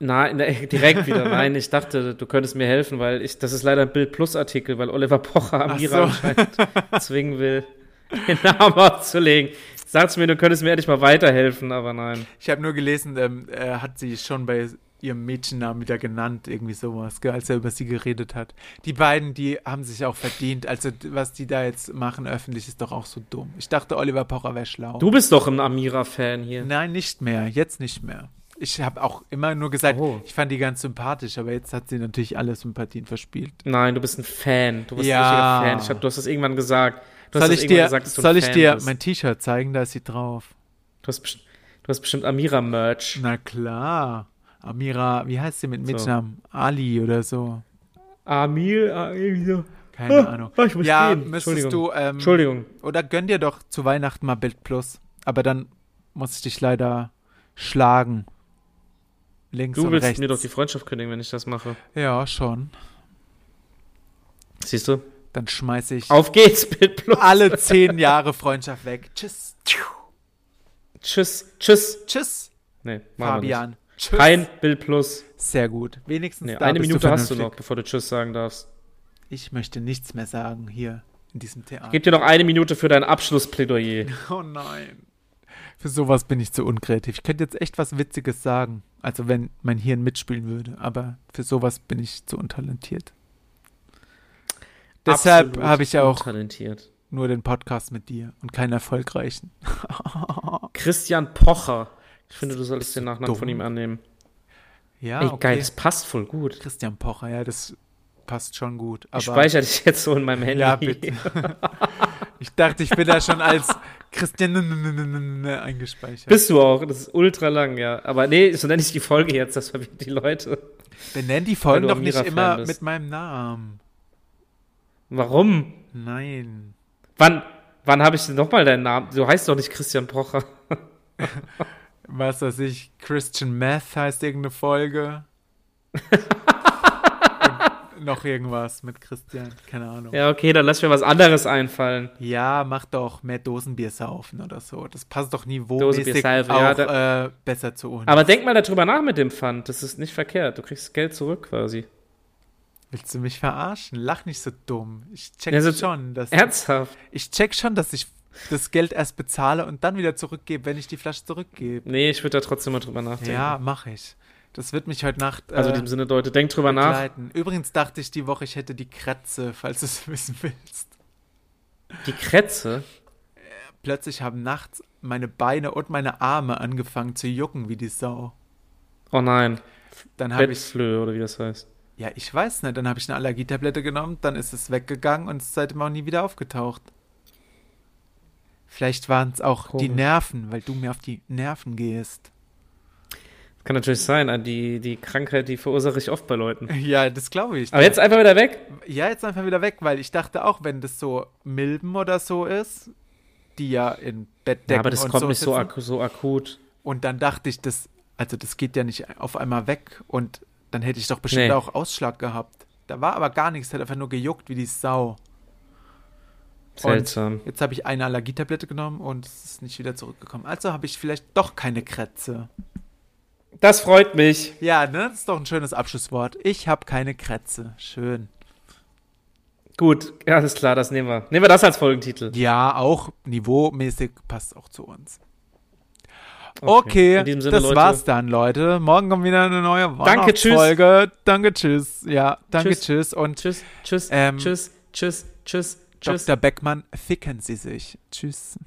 [SPEAKER 1] Nein, ne, [LAUGHS] direkt
[SPEAKER 2] [LAUGHS]
[SPEAKER 1] wieder. Nein, ich dachte, du könntest mir helfen, weil ich, das ist leider ein Bild Plus Artikel, weil Oliver Pocher Amira
[SPEAKER 2] so.
[SPEAKER 1] anscheinend zwingen will, [LAUGHS] den Namen abzulegen. Sagst mir, du könntest mir endlich mal weiterhelfen, aber nein.
[SPEAKER 2] Ich habe nur gelesen, ähm, er hat sie schon bei ihrem Mädchennamen wieder genannt, irgendwie sowas, gell, als er über sie geredet hat. Die beiden, die haben sich auch verdient. Also, d- was die da jetzt machen öffentlich, ist doch auch so dumm. Ich dachte, Oliver Pocher wäre schlau.
[SPEAKER 1] Du bist doch ein Amira-Fan hier.
[SPEAKER 2] Nein, nicht mehr. Jetzt nicht mehr. Ich habe auch immer nur gesagt,
[SPEAKER 1] Oh.
[SPEAKER 2] ich fand die ganz sympathisch, aber jetzt hat sie natürlich alle Sympathien verspielt.
[SPEAKER 1] Nein, du bist ein Fan. Du bist
[SPEAKER 2] Ja.
[SPEAKER 1] ein richtiger Fan. Ich hab, du hast das irgendwann gesagt. Du hast
[SPEAKER 2] Soll
[SPEAKER 1] das
[SPEAKER 2] ich
[SPEAKER 1] irgendwann
[SPEAKER 2] dir,
[SPEAKER 1] gesagt, dass du ein
[SPEAKER 2] soll ich
[SPEAKER 1] Fan
[SPEAKER 2] dir
[SPEAKER 1] bist.
[SPEAKER 2] mein T-Shirt zeigen? Da ist sie drauf.
[SPEAKER 1] Du hast, best- du hast bestimmt Amira-Merch.
[SPEAKER 2] Na klar. Amira, wie heißt sie mit Mitnamen? Ali oder so.
[SPEAKER 1] Amir, ah, irgendwie so.
[SPEAKER 2] Keine
[SPEAKER 1] Ah,
[SPEAKER 2] Ahnung.
[SPEAKER 1] ah, ich muss
[SPEAKER 2] ja,
[SPEAKER 1] gehen. Entschuldigung.
[SPEAKER 2] müsstest du. Ähm,
[SPEAKER 1] Entschuldigung.
[SPEAKER 2] Oder gönn dir doch zu Weihnachten mal Bild Plus. Aber dann muss ich dich leider schlagen. Links
[SPEAKER 1] Du
[SPEAKER 2] und
[SPEAKER 1] willst
[SPEAKER 2] rechts.
[SPEAKER 1] mir doch die Freundschaft kündigen, wenn ich das mache.
[SPEAKER 2] ja, schon.
[SPEAKER 1] Siehst du?
[SPEAKER 2] Dann schmeiße ich
[SPEAKER 1] Auf geht's, Bild Plus.
[SPEAKER 2] alle zehn Jahre Freundschaft weg. Tschüss.
[SPEAKER 1] Tschüss, tschüss.
[SPEAKER 2] Tschüss,
[SPEAKER 1] Nee, machen wir nicht.
[SPEAKER 2] Fabian. Tschüss.
[SPEAKER 1] Kein Bild plus.
[SPEAKER 2] Sehr gut. Wenigstens
[SPEAKER 1] Nee,
[SPEAKER 2] da
[SPEAKER 1] eine
[SPEAKER 2] bist
[SPEAKER 1] Minute
[SPEAKER 2] du
[SPEAKER 1] hast du
[SPEAKER 2] vernünftig.
[SPEAKER 1] noch, bevor du Tschüss sagen darfst.
[SPEAKER 2] Ich möchte nichts mehr sagen hier in diesem Theater.
[SPEAKER 1] Gib dir noch eine Minute für dein Abschlussplädoyer.
[SPEAKER 2] Oh nein. Für sowas bin ich zu unkreativ. Ich könnte jetzt echt was Witziges sagen. Also wenn mein Hirn mitspielen würde. Aber für sowas bin ich zu untalentiert. Deshalb
[SPEAKER 1] Absolut
[SPEAKER 2] habe ich auch
[SPEAKER 1] Talentiert.
[SPEAKER 2] nur den Podcast mit dir und keinen erfolgreichen.
[SPEAKER 1] Christian Pocher. Ich finde, du solltest den Nachnamen
[SPEAKER 2] dumm?
[SPEAKER 1] von ihm annehmen.
[SPEAKER 2] Ja,
[SPEAKER 1] Ey,
[SPEAKER 2] okay.
[SPEAKER 1] geil, das passt voll gut.
[SPEAKER 2] Christian Pocher, ja, das passt schon gut.
[SPEAKER 1] Ich
[SPEAKER 2] aber-
[SPEAKER 1] speichere dich jetzt so in meinem Handy.
[SPEAKER 2] Ja, bitte. ich dachte, ich bin da schon als Christian
[SPEAKER 1] [LAUGHS]
[SPEAKER 2] eingespeichert.
[SPEAKER 1] Bist du auch, das ist ultra lang, ja. Aber nee, so nenne ich die Folge jetzt, das verwirrt die Leute.
[SPEAKER 2] Benenn die
[SPEAKER 1] Weil
[SPEAKER 2] Folgen
[SPEAKER 1] du
[SPEAKER 2] doch
[SPEAKER 1] auch
[SPEAKER 2] nicht
[SPEAKER 1] Mira-Fan
[SPEAKER 2] immer
[SPEAKER 1] bist.
[SPEAKER 2] mit meinem Namen.
[SPEAKER 1] Warum?
[SPEAKER 2] Nein.
[SPEAKER 1] Wann, wann habe ich denn nochmal deinen Namen? Du heißt doch nicht Christian Procher.
[SPEAKER 2] Was weiß ich, Christian Math heißt irgendeine Folge. Und noch irgendwas mit Christian, keine Ahnung. Ja,
[SPEAKER 1] Ja, okay, dann lass mir was anderes einfallen.
[SPEAKER 2] mach doch mehr Dosenbier saufen oder so. Das passt doch
[SPEAKER 1] Dosenbier
[SPEAKER 2] niveaumäßig auch
[SPEAKER 1] saufen, ja,
[SPEAKER 2] äh, besser zu uns.
[SPEAKER 1] Aber denk mal darüber nach mit dem Pfand. Das ist nicht verkehrt. Du kriegst Geld zurück quasi. [LAUGHS]
[SPEAKER 2] Willst du mich verarschen? Lach nicht so dumm. Ich check
[SPEAKER 1] Ja, so-
[SPEAKER 2] schon, dass
[SPEAKER 1] Ernsthaft?
[SPEAKER 2] Ich check schon, dass ich das Geld erst bezahle und dann wieder zurückgebe, wenn ich die Flasche zurückgebe.
[SPEAKER 1] Nee, ich würde da trotzdem mal drüber nachdenken.
[SPEAKER 2] Ja, mache ich. Das wird mich heute Nacht äh,
[SPEAKER 1] Also in diesem Sinne, Leute, denkt drüber nach.
[SPEAKER 2] begleiten. Übrigens dachte ich die Woche, ich hätte die Kratze, falls du es [LAUGHS] wissen willst.
[SPEAKER 1] Die Krätze.
[SPEAKER 2] Plötzlich haben nachts meine Beine und meine Arme angefangen zu jucken wie die Sau.
[SPEAKER 1] Oh nein.
[SPEAKER 2] Dann habe ich,
[SPEAKER 1] Bettflöhe oder wie das heißt.
[SPEAKER 2] ja, ich weiß nicht, dann habe ich eine Allergietablette genommen, dann ist es weggegangen und ist seitdem auch nie wieder aufgetaucht. Vielleicht waren es auch die
[SPEAKER 1] Komisch.
[SPEAKER 2] Nerven, weil du mir auf die Nerven gehst.
[SPEAKER 1] Kann natürlich sein. äh, Die, die Krankheit, die verursache ich oft bei Leuten.
[SPEAKER 2] Ja, das glaube ich.
[SPEAKER 1] Aber jetzt einfach wieder weg.
[SPEAKER 2] Ja, jetzt einfach wieder weg, weil ich dachte auch, wenn das so Milben oder so ist, die ja in Bettdecken
[SPEAKER 1] Ja, aber das
[SPEAKER 2] und
[SPEAKER 1] kommt
[SPEAKER 2] so
[SPEAKER 1] nicht so,
[SPEAKER 2] sitzen.
[SPEAKER 1] ak so akut.
[SPEAKER 2] Und dann dachte ich, das, also das geht ja nicht auf einmal weg und dann hätte ich doch bestimmt
[SPEAKER 1] Nee.
[SPEAKER 2] auch Ausschlag gehabt. Da war aber gar nichts, hat einfach nur gejuckt wie die Sau.
[SPEAKER 1] Seltsam.
[SPEAKER 2] Jetzt habe ich eine Allergietablette genommen und es ist nicht wieder zurückgekommen. Also habe ich vielleicht doch keine Krätze.
[SPEAKER 1] Das freut mich.
[SPEAKER 2] Ja, ne? Das ist doch ein schönes Abschlusswort. Ich habe keine Krätze. Schön.
[SPEAKER 1] Gut, ja, alles klar, das nehmen wir. Nehmen wir das als Folgentitel.
[SPEAKER 2] Ja, auch niveaumäßig passt auch zu uns.
[SPEAKER 1] Okay.
[SPEAKER 2] Okay,
[SPEAKER 1] In diesem Sinne,
[SPEAKER 2] das
[SPEAKER 1] Leute.
[SPEAKER 2] war's dann, Leute. Morgen kommt wieder eine neue
[SPEAKER 1] Danke, tschüss.
[SPEAKER 2] Folge. Danke, tschüss. Ja, danke,
[SPEAKER 1] Tschüss.
[SPEAKER 2] tschüss. Und
[SPEAKER 1] Tschüss, tschüss,
[SPEAKER 2] Ähm,
[SPEAKER 1] tschüss, tschüss, tschüss, tschüss.
[SPEAKER 2] Dr. Beckmann, ficken Sie sich. Tschüss.